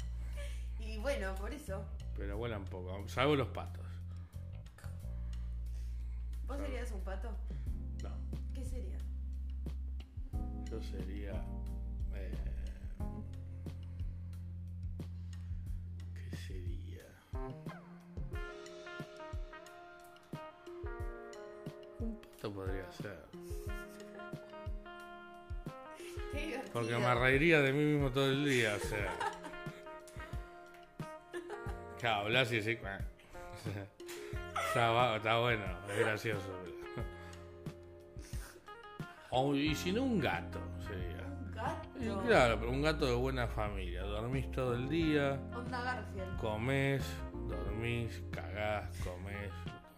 [SPEAKER 2] Y bueno, por eso,
[SPEAKER 1] Pero vuelan poco, salvo los patos.
[SPEAKER 2] ¿vos serías un pato?
[SPEAKER 1] No.
[SPEAKER 2] ¿Qué serías?
[SPEAKER 1] Yo sería. eh, ¿Qué sería? Un pato podría ser.
[SPEAKER 2] Qué divertido.
[SPEAKER 1] Porque me reiría de mí mismo todo el día, o sea. Claro, hablas y decís. "Cuac". O sea, está, va- está bueno, es gracioso. pero- O- y si no, un gato sería.
[SPEAKER 2] Un gato.
[SPEAKER 1] Y claro, pero un gato de buena familia. Dormís todo el día,
[SPEAKER 2] Onda Garfield.
[SPEAKER 1] comés, dormís, cagás, comés,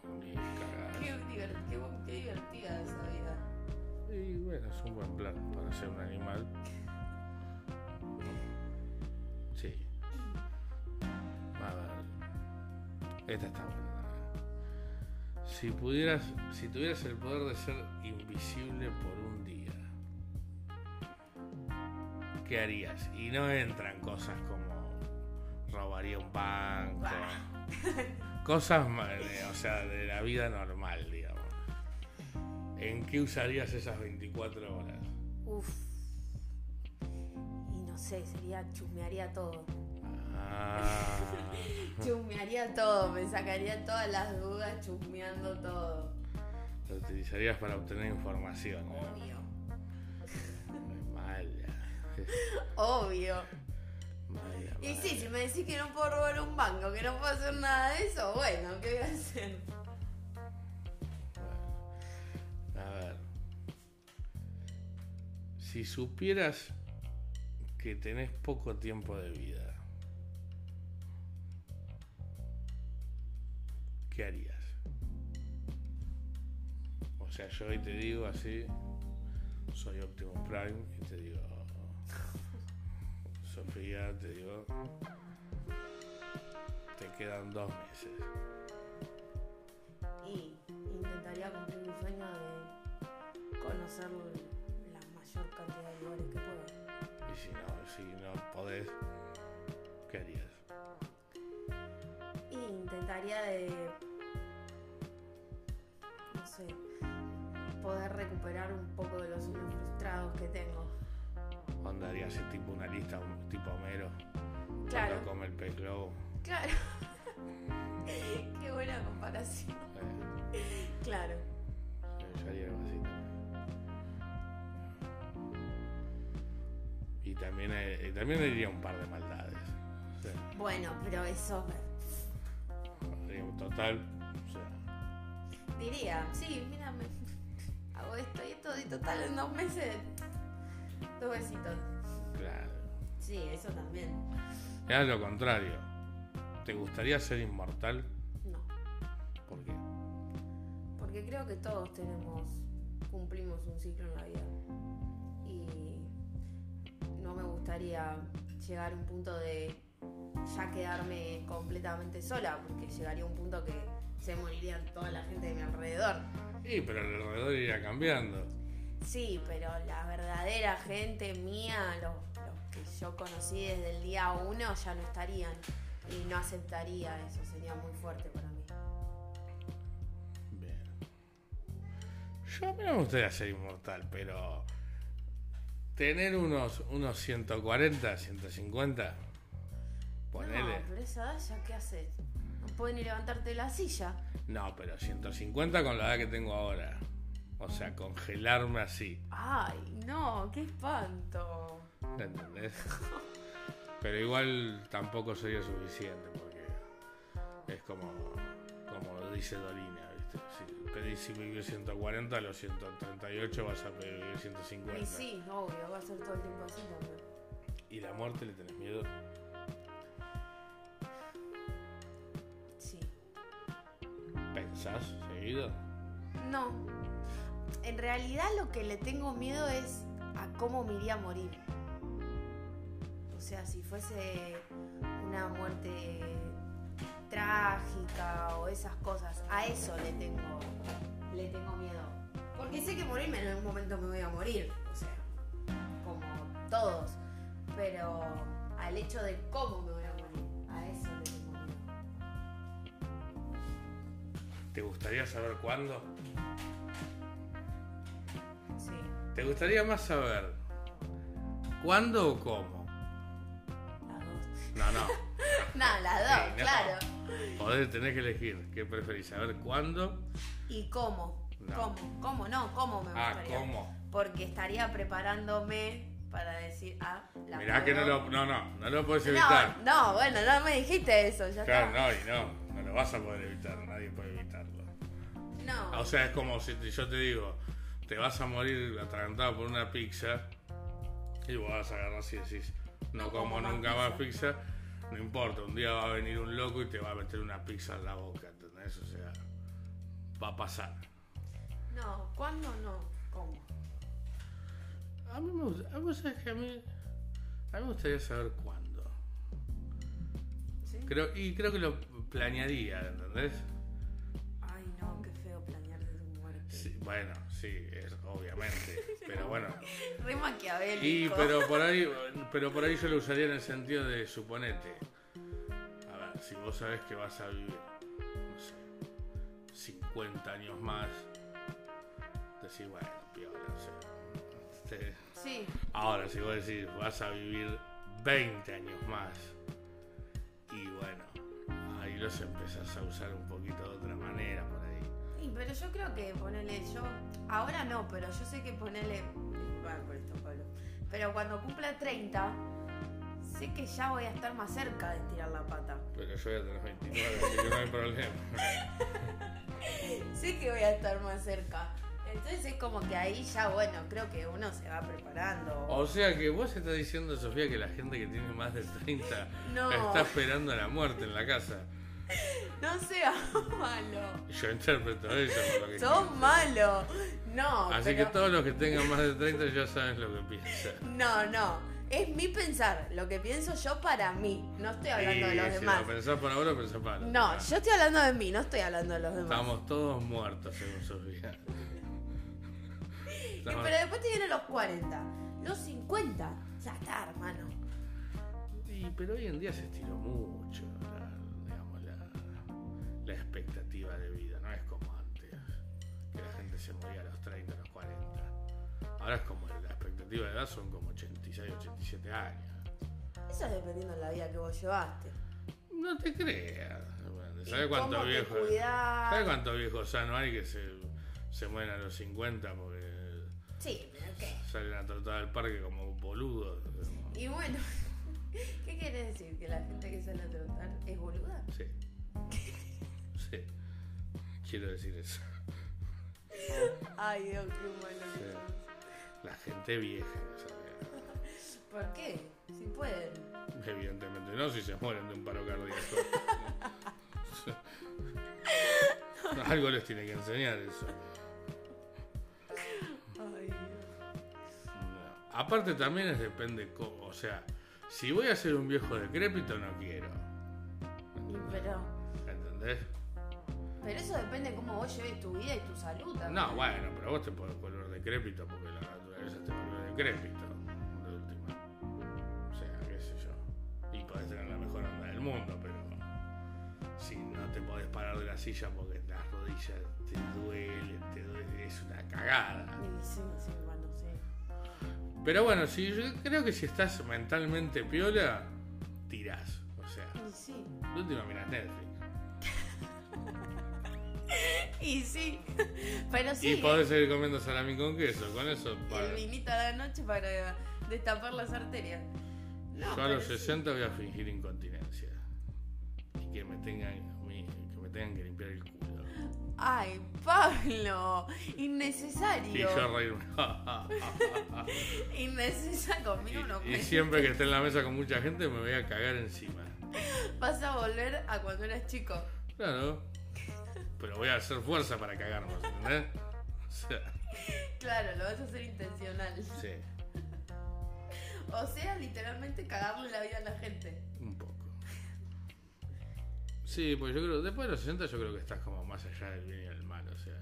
[SPEAKER 1] dormís,
[SPEAKER 2] Qué,
[SPEAKER 1] cagás.
[SPEAKER 2] divert- qué bu- qué divertida esa vida.
[SPEAKER 1] Y bueno, es un buen plan para ser un animal. Sí. A ver. Esta está buena. Si pudieras, si tuvieras el poder de ser invisible por un día, ¿qué harías? Y no entran cosas como robaría un banco, cosas, ma- de- o sea, de la vida normal, digamos. ¿En qué usarías esas 24 horas?
[SPEAKER 2] Uf. Y no sé, sería, chusmearía todo.
[SPEAKER 1] Ah,
[SPEAKER 2] Chusmearía todo, me sacaría todas las dudas chusmeando todo.
[SPEAKER 1] lo utilizarías para obtener información. ¿eh?
[SPEAKER 2] Obvio.
[SPEAKER 1] Mala,
[SPEAKER 2] Obvio.
[SPEAKER 1] mala,
[SPEAKER 2] Y
[SPEAKER 1] mala.
[SPEAKER 2] sí, si me decís que no puedo robar un banco, que no puedo hacer nada de eso, bueno, ¿qué voy a hacer?
[SPEAKER 1] A ver. Si supieras que tenés poco tiempo de vida, ¿qué harías? O sea, yo hoy te digo así, soy Optimus Prime y te digo, Sofía, te digo, te quedan dos meses.
[SPEAKER 2] Y intentaría cumplir mi sueño de conocer la mayor cantidad de lugares que pueda.
[SPEAKER 1] Y si no, si no podés, ¿qué harías?
[SPEAKER 2] Y intentaría de. No sé. Poder recuperar un poco de los sueños frustrados que tengo.
[SPEAKER 1] ¿Onda harías tipo una lista, un tipo Homero?
[SPEAKER 2] Claro.
[SPEAKER 1] Cuando come el pez globo.
[SPEAKER 2] Claro. Qué buena comparación.
[SPEAKER 1] Eh,
[SPEAKER 2] Claro.
[SPEAKER 1] yo haría algo así también. Y también, eh, y también haría un par de maldades. O sea,
[SPEAKER 2] Bueno, pero eso
[SPEAKER 1] haría un total, o sea,
[SPEAKER 2] diría, sí, mira, me- hago esto y esto y total en dos meses. Dos besitos.
[SPEAKER 1] claro.
[SPEAKER 2] Sí, eso también.
[SPEAKER 1] Y haz lo contrario. ¿Te gustaría ser inmortal?
[SPEAKER 2] No.
[SPEAKER 1] ¿Por qué?
[SPEAKER 2] Porque creo que todos tenemos, cumplimos un ciclo en la vida. Y no me gustaría llegar a un punto de ya quedarme completamente sola, porque llegaría a un punto que se moriría toda la gente de mi alrededor.
[SPEAKER 1] Y pero el alrededor irá cambiando.
[SPEAKER 2] Sí, pero la verdadera gente mía, los, los que yo conocí desde el día uno, ya no estarían. Y no aceptaría eso, sería muy fuerte para mí.
[SPEAKER 1] Bien. Yo a mí no me gustaría ser inmortal, pero tener unos, unos 140, 150, ponele.
[SPEAKER 2] No, pero esa edad ya qué haces. No puedes ni levantarte de la silla.
[SPEAKER 1] No, pero 150 con la edad que tengo ahora. O sea, congelarme así.
[SPEAKER 2] Ay, no, qué espanto.
[SPEAKER 1] ¿me ¿Entendés? Pero igual tampoco sería suficiente porque es como, como dice Dolina, ¿viste? Si pedís si vivir 140, a los 138 vas a vivir 150.
[SPEAKER 2] Y sí, obvio, va a ser todo el tiempo así también.
[SPEAKER 1] Y la muerte le tenés miedo.
[SPEAKER 2] Sí.
[SPEAKER 1] ¿Pensás seguido?
[SPEAKER 2] No. En realidad lo que le tengo miedo es a cómo me iría a morir. O sea, si fuese una muerte trágica o esas cosas, a eso le tengo le tengo miedo. Porque sé que morirme en algún momento me voy a morir, o sea, como todos, pero al hecho de cómo me voy a morir, a eso le tengo miedo.
[SPEAKER 1] ¿Te gustaría saber cuándo?
[SPEAKER 2] Sí.
[SPEAKER 1] ¿Te gustaría más saber cuándo o cómo?
[SPEAKER 2] Las dos.
[SPEAKER 1] No, no.
[SPEAKER 2] No, las dos,
[SPEAKER 1] Sí, no.
[SPEAKER 2] claro.
[SPEAKER 1] Podés tenés que elegir. ¿Qué preferís? ¿Saber cuándo?
[SPEAKER 2] ¿Y cómo?
[SPEAKER 1] No.
[SPEAKER 2] ¿Cómo? ¿Cómo? No, ¿cómo me
[SPEAKER 1] Ah,
[SPEAKER 2] gustaría?
[SPEAKER 1] ¿cómo?
[SPEAKER 2] Porque estaría preparándome para decir, ah, la
[SPEAKER 1] Mirá que no
[SPEAKER 2] puedo-
[SPEAKER 1] lo, no, no, no lo podés evitar.
[SPEAKER 2] No, no, bueno, no me dijiste eso, ya
[SPEAKER 1] Claro, no,
[SPEAKER 2] está.
[SPEAKER 1] y no, no lo vas a poder evitar, nadie puede evitarlo.
[SPEAKER 2] No.
[SPEAKER 1] O sea, es como si te- yo te digo, te vas a morir atragantado por una pizza y vos vas a agarrar así y decís, no
[SPEAKER 2] No
[SPEAKER 1] como
[SPEAKER 2] como más
[SPEAKER 1] nunca más pizza, no importa, un día va a venir un loco y te va a meter una pizza en la boca, ¿entendés? O sea, va a pasar.
[SPEAKER 2] No, ¿cuándo no? ¿Cómo?
[SPEAKER 1] A mí me gusta, a vos sabés que a mí, a mí me gustaría saber cuándo.
[SPEAKER 2] ¿Sí?
[SPEAKER 1] Creo, y creo que lo planearía, ¿entendés?
[SPEAKER 2] Ay, no, qué feo planear de tu muerte.
[SPEAKER 1] Sí, bueno, sí, es, obviamente. pero bueno,
[SPEAKER 2] Re
[SPEAKER 1] Y
[SPEAKER 2] maquiavélico.
[SPEAKER 1] pero por ahí, pero por ahí yo lo usaría en el sentido de suponete. A ver, si vos sabés que vas a vivir, no sé, 50 años más, decís, bueno, piola, no sé. Este,
[SPEAKER 2] Sí,
[SPEAKER 1] Ahora, si vos decís, vas a vivir 20 años más, y bueno, ahí los empezás a usar un poquito de otra manera por ahí.
[SPEAKER 2] Sí, pero yo creo que ponerle yo, ahora no, pero yo sé que ponerle, disculpame por esto Pablo, pero cuando cumpla 30, sé que ya voy a estar más cerca de estirar la pata.
[SPEAKER 1] Pero yo voy a tener 29, así que no hay problema.
[SPEAKER 2] Sé que voy a estar más cerca. Entonces es como que ahí ya, bueno, creo que uno se va preparando.
[SPEAKER 1] O sea que vos estás diciendo, Sofía, que la gente que tiene más de 30
[SPEAKER 2] No.
[SPEAKER 1] está esperando la muerte en la casa.
[SPEAKER 2] No seas malo.
[SPEAKER 1] Yo interpreto eso por lo que
[SPEAKER 2] Sos malo. No,
[SPEAKER 1] Así
[SPEAKER 2] pero-
[SPEAKER 1] que todos los que tengan más de 30 ya saben lo que piensan.
[SPEAKER 2] No, no. Es mi pensar, lo que pienso yo para mí. No estoy hablando de
[SPEAKER 1] Y
[SPEAKER 2] los
[SPEAKER 1] si
[SPEAKER 2] demás.
[SPEAKER 1] lo pensás para ahora, pensás para ahora.
[SPEAKER 2] No, yo estoy hablando de mí, no estoy hablando de los demás.
[SPEAKER 1] Estamos todos muertos, según Sofía.
[SPEAKER 2] Y
[SPEAKER 1] Estamos-
[SPEAKER 2] pero después te vienen los 40, los 50. Ya está, hermano.
[SPEAKER 1] Y, pero hoy en día se estiró mucho la, digamos, la, la expectativa de vida, no es como antes, que la gente se moría a los 30, a los 40. Ahora es como la expectativa de edad son como 86, 87 años.
[SPEAKER 2] Eso es dependiendo de la vida que vos llevaste.
[SPEAKER 1] No te creas. Bueno, ¿Sabes
[SPEAKER 2] Y
[SPEAKER 1] cuántos
[SPEAKER 2] cómo te
[SPEAKER 1] viejos?
[SPEAKER 2] cuidás.
[SPEAKER 1] ¿Sabes cuántos viejos sanos hay que se, se mueren a los 50 porque
[SPEAKER 2] Sí, pero ¿qué?
[SPEAKER 1] salen a trotar al parque como boludos?
[SPEAKER 2] Y bueno, ¿qué quieres decir? ¿Que la gente que sale a trotar es boluda?
[SPEAKER 1] Sí. Sí. Quiero decir eso.
[SPEAKER 2] Ay, Dios, qué malo. que
[SPEAKER 1] Sí.
[SPEAKER 2] sos.
[SPEAKER 1] La gente vieja, o sea,
[SPEAKER 2] ¿Por qué? Si pueden.
[SPEAKER 1] evidentemente no, si se mueren de un paro cardíaco. Algo les tiene que enseñar eso.
[SPEAKER 2] Ay, Dios.
[SPEAKER 1] No. Aparte también es depende cómo, o sea, si voy a ser un viejo decrépito no quiero,
[SPEAKER 2] Y pero,
[SPEAKER 1] ¿entendés?
[SPEAKER 2] Pero eso depende de cómo vos lleves tu vida y tu salud también.
[SPEAKER 1] No, bueno, pero vos te podés volver decrépito porque la naturaleza te vuelve decrépito. De última. O sea, qué sé yo. Y podés tener la mejor onda del mundo, pero si no te podés parar de la silla porque las rodillas te duelen, te duele, es una cagada.
[SPEAKER 2] Y sí, sí, bueno, sí.
[SPEAKER 1] Pero bueno, si yo creo que si estás mentalmente piola, tirás. O sea,
[SPEAKER 2] Y sí.
[SPEAKER 1] de última mirás Netflix.
[SPEAKER 2] Y sí. Pero sí. eh,
[SPEAKER 1] y podés seguir comiendo salami con queso, con eso.
[SPEAKER 2] El
[SPEAKER 1] para-
[SPEAKER 2] vinito a la noche para destapar las arterias. No,
[SPEAKER 1] Yo a los
[SPEAKER 2] pero sí.
[SPEAKER 1] 60 voy a fingir incontinencia. Y que me tengan, mi- que, me tengan que limpiar el culo.
[SPEAKER 2] Ay, Pablo.
[SPEAKER 1] Y
[SPEAKER 2] Innecesario.
[SPEAKER 1] yo reírme.
[SPEAKER 2] Innecesario conmigo no
[SPEAKER 1] y, y
[SPEAKER 2] cuentes.
[SPEAKER 1] siempre que esté en la mesa con mucha gente me voy a cagar encima.
[SPEAKER 2] Vas a volver a cuando eras chico.
[SPEAKER 1] Claro. Pero voy a hacer fuerza para cagarnos, ¿entendés? O sea,
[SPEAKER 2] Claro, lo vas a hacer intencional.
[SPEAKER 1] sí,
[SPEAKER 2] O sea, literalmente cagarle la vida a la gente.
[SPEAKER 1] un poco. Sí, pues yo creo, después de los 60 yo creo que estás como más allá del bien y del mal, o sea.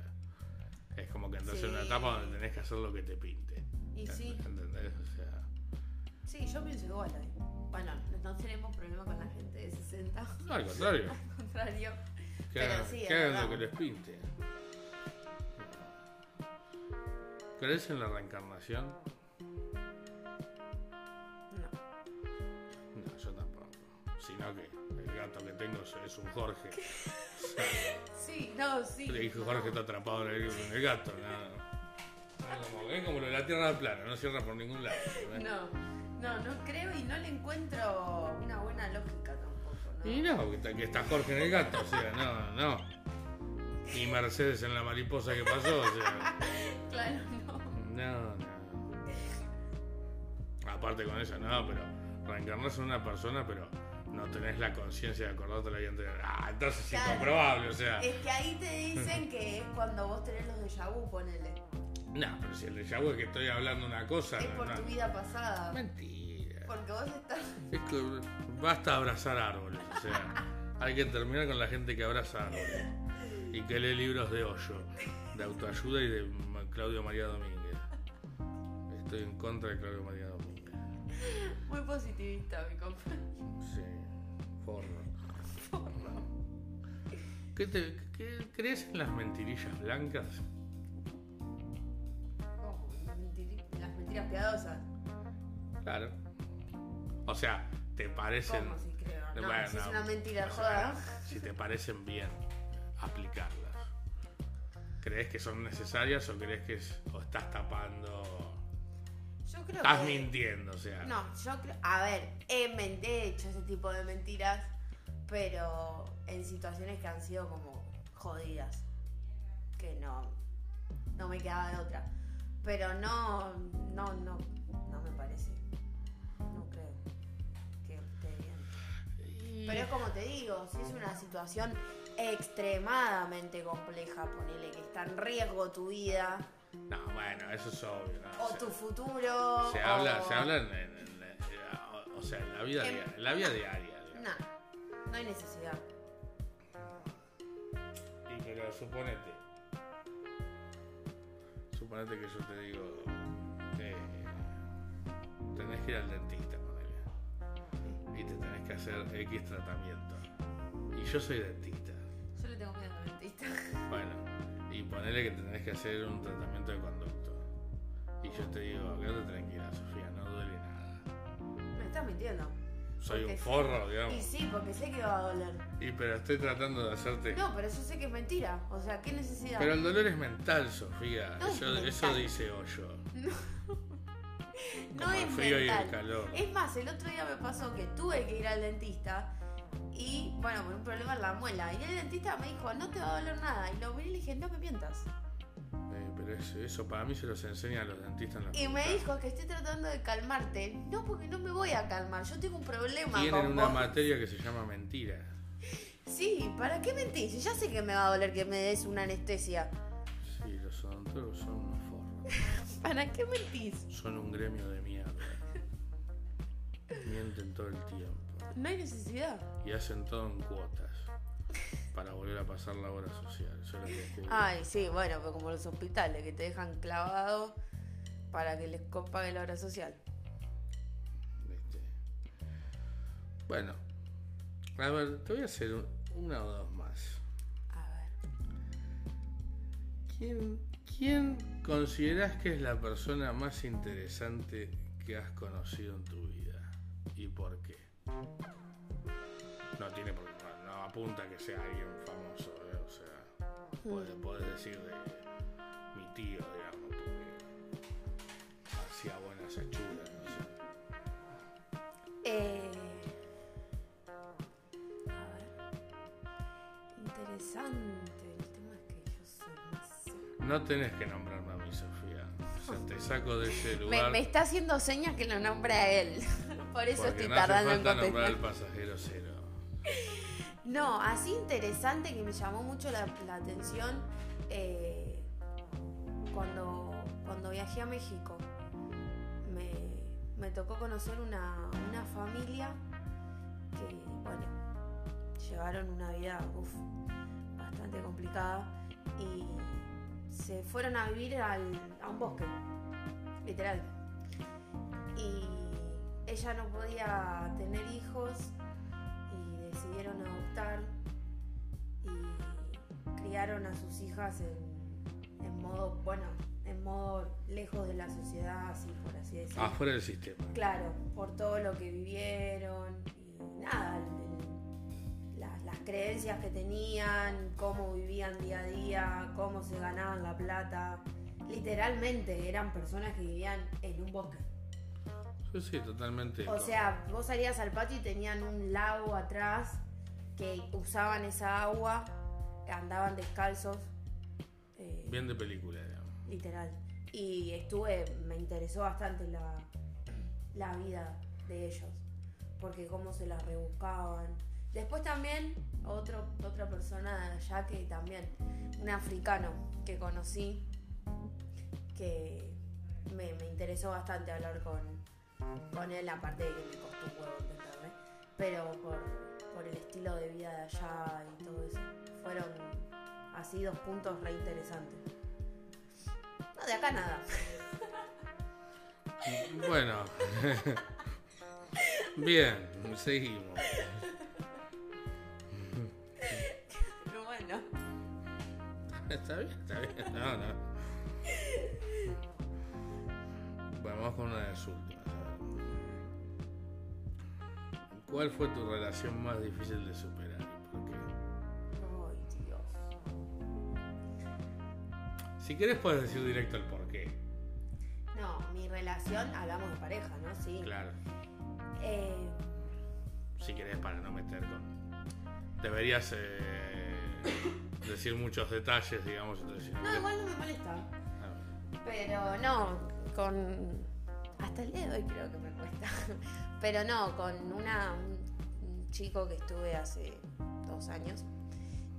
[SPEAKER 1] Es como que entras en una
[SPEAKER 2] Sí.
[SPEAKER 1] etapa donde tenés que hacer lo que te pinte.
[SPEAKER 2] Y sí.
[SPEAKER 1] ¿Entendés? O sea.
[SPEAKER 2] Sí, yo pienso igual. ahí. Bueno, no tenemos problema con la gente de 60.
[SPEAKER 1] No, al contrario.
[SPEAKER 2] Al contrario.
[SPEAKER 1] Que
[SPEAKER 2] Pero
[SPEAKER 1] hagan,
[SPEAKER 2] sí,
[SPEAKER 1] que
[SPEAKER 2] es
[SPEAKER 1] hagan
[SPEAKER 2] verdad.
[SPEAKER 1] lo que les pinte. ¿Crees en la reencarnación?
[SPEAKER 2] No.
[SPEAKER 1] No, yo tampoco. Sino que el gato que tengo es- es un Jorge.
[SPEAKER 2] Sí, no, sí.
[SPEAKER 1] Le dije Jorge está atrapado en el, en el gato. No. Es como, es como lo de la tierra plana, no cierra por ningún lado. ¿eh?
[SPEAKER 2] No, no, no creo y no le encuentro una buena lógica tampoco. ¿no?
[SPEAKER 1] Y no, que está, que está Jorge en el gato, o sea, no, no. Y Mercedes en la mariposa que pasó, o sea.
[SPEAKER 2] Claro, no.
[SPEAKER 1] No, no. Aparte con eso, no, pero reencarnarse en una persona, pero no tenés la conciencia de acordarte la vida anterior. Ah, entonces
[SPEAKER 2] Claro.
[SPEAKER 1] es improbable, o sea.
[SPEAKER 2] Es que ahí te dicen que es cuando vos tenés los déjà vu, ponele.
[SPEAKER 1] No, pero si el déjà vu es que estoy hablando una cosa.
[SPEAKER 2] Es
[SPEAKER 1] no,
[SPEAKER 2] por
[SPEAKER 1] no.
[SPEAKER 2] tu vida pasada.
[SPEAKER 1] Mentira.
[SPEAKER 2] Porque vos estás.
[SPEAKER 1] Es que basta abrazar árboles, o sea. Hay que terminar con la gente que abraza árboles y que lee libros de hoyo, de autoayuda y de Ma- Claudio María Domínguez. Estoy en contra de Claudio María Domínguez.
[SPEAKER 2] Muy positivista, mi compa.
[SPEAKER 1] Sí, forro. ¿Qué te- qué- ¿Crees en las mentirillas blancas?
[SPEAKER 2] Oh, mentiri- Las mentiras piadosas.
[SPEAKER 1] Claro. O sea, te parecen.
[SPEAKER 2] ¿Cómo si creo? No,
[SPEAKER 1] Bueno,
[SPEAKER 2] si es una mentira,
[SPEAKER 1] o sea,
[SPEAKER 2] joda.
[SPEAKER 1] Si te parecen bien, aplicarlas. ¿Crees que son necesarias o crees que es- o estás tapando?
[SPEAKER 2] Yo creo
[SPEAKER 1] Estás
[SPEAKER 2] que-
[SPEAKER 1] mintiendo, o sea.
[SPEAKER 2] No, yo creo. A ver, he, men- he hecho ese tipo de mentiras, pero en situaciones que han sido como jodidas. Que no. No me quedaba de otra. Pero no. No, no. No me parece. No creo que esté bien.
[SPEAKER 1] Y-
[SPEAKER 2] Pero es como te digo, si es una situación extremadamente compleja, ponele que está en riesgo tu vida
[SPEAKER 1] No, bueno, eso es obvio. ¿no?
[SPEAKER 2] o
[SPEAKER 1] O sea,
[SPEAKER 2] tu futuro.
[SPEAKER 1] se
[SPEAKER 2] o-
[SPEAKER 1] habla, se habla en, en- en- en- o sea, en la vida,
[SPEAKER 2] En-
[SPEAKER 1] diaria, en la vida diaria. digamos.
[SPEAKER 2] Em, No, no hay necesidad.
[SPEAKER 1] Y pero suponete. Suponete que yo te digo. eh, tenés que ir al dentista, ponele. Y te tenés que hacer X tratamiento. Y yo soy dentista.
[SPEAKER 2] Yo le tengo miedo al dentista.
[SPEAKER 1] Bueno, y ponele que te tenés que hacer un tratamiento de conducto. Y yo te digo, quédate tranquila, Sofía, no duele nada.
[SPEAKER 2] Me estás mintiendo.
[SPEAKER 1] Soy un
[SPEAKER 2] Porque-
[SPEAKER 1] forro,
[SPEAKER 2] Y
[SPEAKER 1] digamos.
[SPEAKER 2] sí, porque sé que va a doler.
[SPEAKER 1] Y pero estoy tratando de hacerte.
[SPEAKER 2] No, pero yo sé que es mentira. O sea, ¿qué necesidad?
[SPEAKER 1] Pero el dolor es mental, Sofía.
[SPEAKER 2] No es
[SPEAKER 1] eso, eso
[SPEAKER 2] mental.
[SPEAKER 1] dice hoyo.
[SPEAKER 2] no
[SPEAKER 1] como
[SPEAKER 2] es
[SPEAKER 1] el frío y el
[SPEAKER 2] mental.
[SPEAKER 1] calor.
[SPEAKER 2] Es más, el otro día me pasó que tuve que ir al dentista y, bueno, por un problema en la muela. Y el dentista me dijo, no te va a doler nada. Y lo miré y le dije, no me mientas.
[SPEAKER 1] Eh, pero eso, eso para mí se los enseña a los dentistas en la
[SPEAKER 2] Y me
[SPEAKER 1] facultad.
[SPEAKER 2] dijo que estoy tratando de calmarte. No, porque no me voy a calmar. Yo tengo un problema.
[SPEAKER 1] Tienen
[SPEAKER 2] con
[SPEAKER 1] una
[SPEAKER 2] vos.
[SPEAKER 1] materia que se llama mentira.
[SPEAKER 2] Sí, ¿para qué mentís? Si Ya sé que me va a doler que me des una anestesia.
[SPEAKER 1] Sí, los odontólogos son unos forros.
[SPEAKER 2] ¿Para qué mentís?
[SPEAKER 1] Son un gremio de mierda. Mienten todo el tiempo.
[SPEAKER 2] No hay necesidad.
[SPEAKER 1] Y hacen todo en cuotas. para volver a pasar la hora social. Yo lo descubrí.
[SPEAKER 2] Ay, sí, bueno, pero como los hospitales que te dejan clavado para que les co- pague la obra social.
[SPEAKER 1] Este. Bueno, a ver, te voy a hacer un- una o dos más.
[SPEAKER 2] A ver.
[SPEAKER 1] ¿Quién, ¿Quién consideras que es la persona más interesante que has conocido en tu vida? ¿Y por qué? No tiene por qué, no, no apunta que sea alguien famoso, ¿eh? o sea, puedes, puedes decir de mi tío, digamos, porque hacía buenas hechuras, no sé.
[SPEAKER 2] Eh, a ver. Interesante. El tema es que yo soy más...
[SPEAKER 1] No tenés que nombrarme a mí, Sofía. O sea, te saco de ese
[SPEAKER 2] Me,
[SPEAKER 1] lugar.
[SPEAKER 2] me está haciendo señas que lo nombra a él. Por eso
[SPEAKER 1] porque
[SPEAKER 2] estoy
[SPEAKER 1] no
[SPEAKER 2] tardando
[SPEAKER 1] hace
[SPEAKER 2] en
[SPEAKER 1] falta nombrar
[SPEAKER 2] contestar.
[SPEAKER 1] al pasajero cero.
[SPEAKER 2] No, así interesante que me llamó mucho la, la atención eh, cuando, cuando viajé a México. Me, me tocó conocer una, una familia que, bueno, llevaron una vida uf, bastante complicada y se fueron a vivir al- a un bosque, literal. Y ella no podía tener hijos y decidieron adoptar y criaron a sus hijas en, en modo, bueno, en modo lejos de la sociedad, así por así decirlo.
[SPEAKER 1] Afuera Ah, del sistema.
[SPEAKER 2] Claro, por todo lo que vivieron y nada, el- el- la- las creencias que tenían, cómo vivían día a día, cómo se ganaban la plata. Literalmente eran personas que vivían en un bosque.
[SPEAKER 1] Yo sí, totalmente.
[SPEAKER 2] O sea, vos salías al patio y tenían un lago atrás que usaban esa agua, andaban descalzos. eh,
[SPEAKER 1] Bien de película, digamos.
[SPEAKER 2] Literal. Y estuve, me interesó bastante la, la vida de ellos, porque cómo se las rebuscaban. Después también otro, otra persona de allá que también, un africano que conocí, que me, me interesó bastante hablar con, con él, aparte de que me costó un huevo entenderme, pero por, por el estilo de vida de allá y todo eso. Fueron así dos puntos re interesantes. No, de acá nada.
[SPEAKER 1] Bueno. Bien, seguimos.
[SPEAKER 2] Pero bueno.
[SPEAKER 1] Está bien, está bien. No, no. Vamos con una de las últimas. a ver. ¿Cuál fue tu relación más difícil de superar? y ¿Por qué?
[SPEAKER 2] Ay, Dios.
[SPEAKER 1] Si querés puedes decir directo el porqué.
[SPEAKER 2] No, mi relación, hablamos de pareja, ¿no? Sí.
[SPEAKER 1] Claro.
[SPEAKER 2] Eh,
[SPEAKER 1] Si querés para no meter con. Deberías eh, decir muchos detalles, digamos. entonces, si no
[SPEAKER 2] no,
[SPEAKER 1] querés-
[SPEAKER 2] igual no me molesta.
[SPEAKER 1] Ah,
[SPEAKER 2] Pero no, con. Hasta el día de hoy creo que me cuesta. Pero no, con una, un, un chico que estuve hace dos años,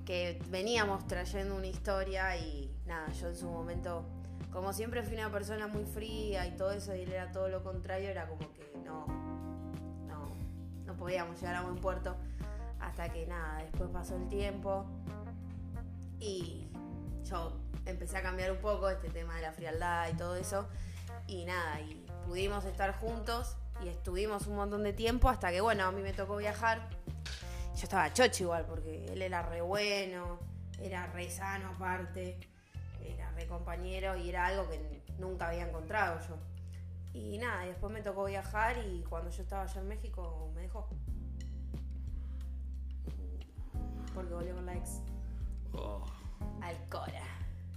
[SPEAKER 2] que veníamos trayendo una historia y nada, yo en su momento, como siempre fui una persona muy fría y todo eso, y él era todo lo contrario, era como que no, no, no podíamos llegar a buen puerto. Hasta que nada, después pasó el tiempo y yo empecé a cambiar un poco este tema de la frialdad y todo eso. Y nada, y pudimos estar juntos y estuvimos un montón de tiempo hasta que, bueno, a mí me tocó viajar. Yo estaba chocho igual porque él era re bueno, era re sano aparte, era re compañero y era algo que n- nunca había encontrado yo. Y nada, y después me tocó viajar y cuando yo estaba allá en México me dejó. Porque volvió con la ex.
[SPEAKER 1] oh,
[SPEAKER 2] Alcora.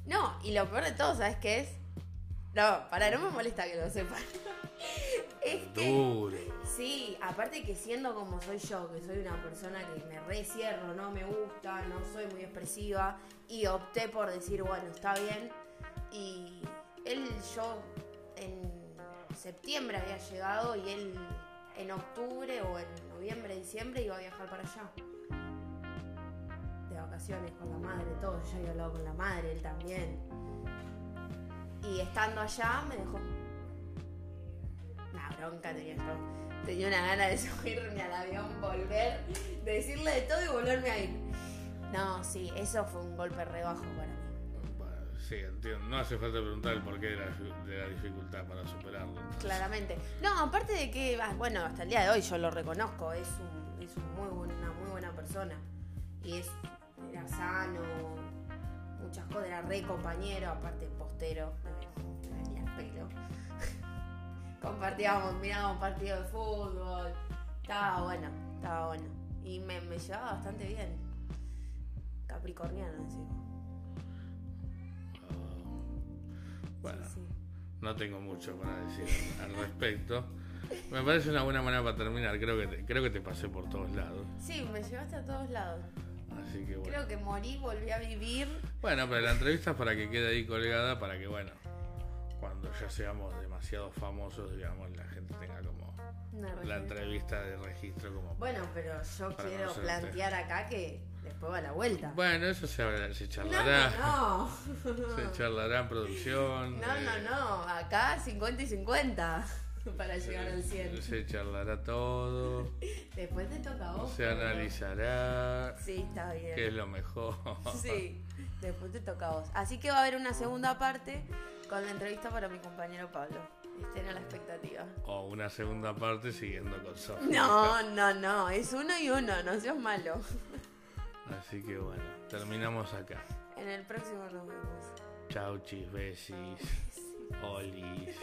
[SPEAKER 2] No, y lo peor de todo, ¿sabes qué es? No, para, no me molesta que lo sepan. es que.
[SPEAKER 1] duro.
[SPEAKER 2] Sí, aparte que siendo como soy yo, que soy una persona que me recierro, no me gusta, no soy muy expresiva, y opté por decir, bueno, está bien. Y él, yo en septiembre había llegado y él en octubre o en noviembre, diciembre iba a viajar para allá de vacaciones con la madre, todo. Yo había hablado con la madre, él también. Y estando allá me dejó. Una bronca tenía yo. Tenía una gana de subirme al avión, volver, de decirle de todo y volverme a ir. No, sí, eso fue un golpe rebajo para mí.
[SPEAKER 1] Bueno, sí, entiendo. No hace falta preguntar el porqué de la, de la dificultad para superarlo.
[SPEAKER 2] Claramente. No, aparte de que, ah, bueno, hasta el día de hoy yo lo reconozco, es, un, es un muy buen- una muy buena persona. Y es, era sano, muchas cosas, era re compañero, aparte postero, me- me venía el pelo. Compartíamos, mirábamos partidos de fútbol, estaba bueno, estaba bueno. Y me, me llevaba bastante bien. Capricorniano, encima.
[SPEAKER 1] Bueno,
[SPEAKER 2] Sí, sí.
[SPEAKER 1] Oh, no tengo mucho para decir al respecto. Me parece una buena manera para terminar. Creo que te, creo que te pasé por todos lados.
[SPEAKER 2] Sí, me llevaste a todos lados.
[SPEAKER 1] Así que bueno.
[SPEAKER 2] Creo que morí, volví a vivir.
[SPEAKER 1] Bueno, pero la entrevista es para que quede ahí colgada, para que, bueno, cuando ya seamos demasiado famosos, digamos, la gente tenga como
[SPEAKER 2] Una
[SPEAKER 1] la
[SPEAKER 2] referencia.
[SPEAKER 1] entrevista de registro como...
[SPEAKER 2] Bueno, pero yo
[SPEAKER 1] Para
[SPEAKER 2] quiero
[SPEAKER 1] conocerte.
[SPEAKER 2] plantear acá que después va la vuelta.
[SPEAKER 1] Bueno, eso se, habla- se charlará,
[SPEAKER 2] No, no,
[SPEAKER 1] se charlará en producción.
[SPEAKER 2] no. No,
[SPEAKER 1] eh,
[SPEAKER 2] no, no. Acá 50 y 50 para llegar al 100.
[SPEAKER 1] Se charlará todo,
[SPEAKER 2] Después te toca a vos.
[SPEAKER 1] se
[SPEAKER 2] pero-
[SPEAKER 1] analizará
[SPEAKER 2] Sí, está bien.
[SPEAKER 1] qué es lo mejor.
[SPEAKER 2] Sí, después te toca a vos. Así que va a haber una segunda parte con la entrevista para mi compañero Pablo. Estén a la expectativa.
[SPEAKER 1] O una segunda parte siguiendo con Sofía.
[SPEAKER 2] No, no, no. Es uno y uno. No seas malo.
[SPEAKER 1] Así que bueno, terminamos acá.
[SPEAKER 2] En el próximo nos vemos.
[SPEAKER 1] Chau, chis, besis, olis.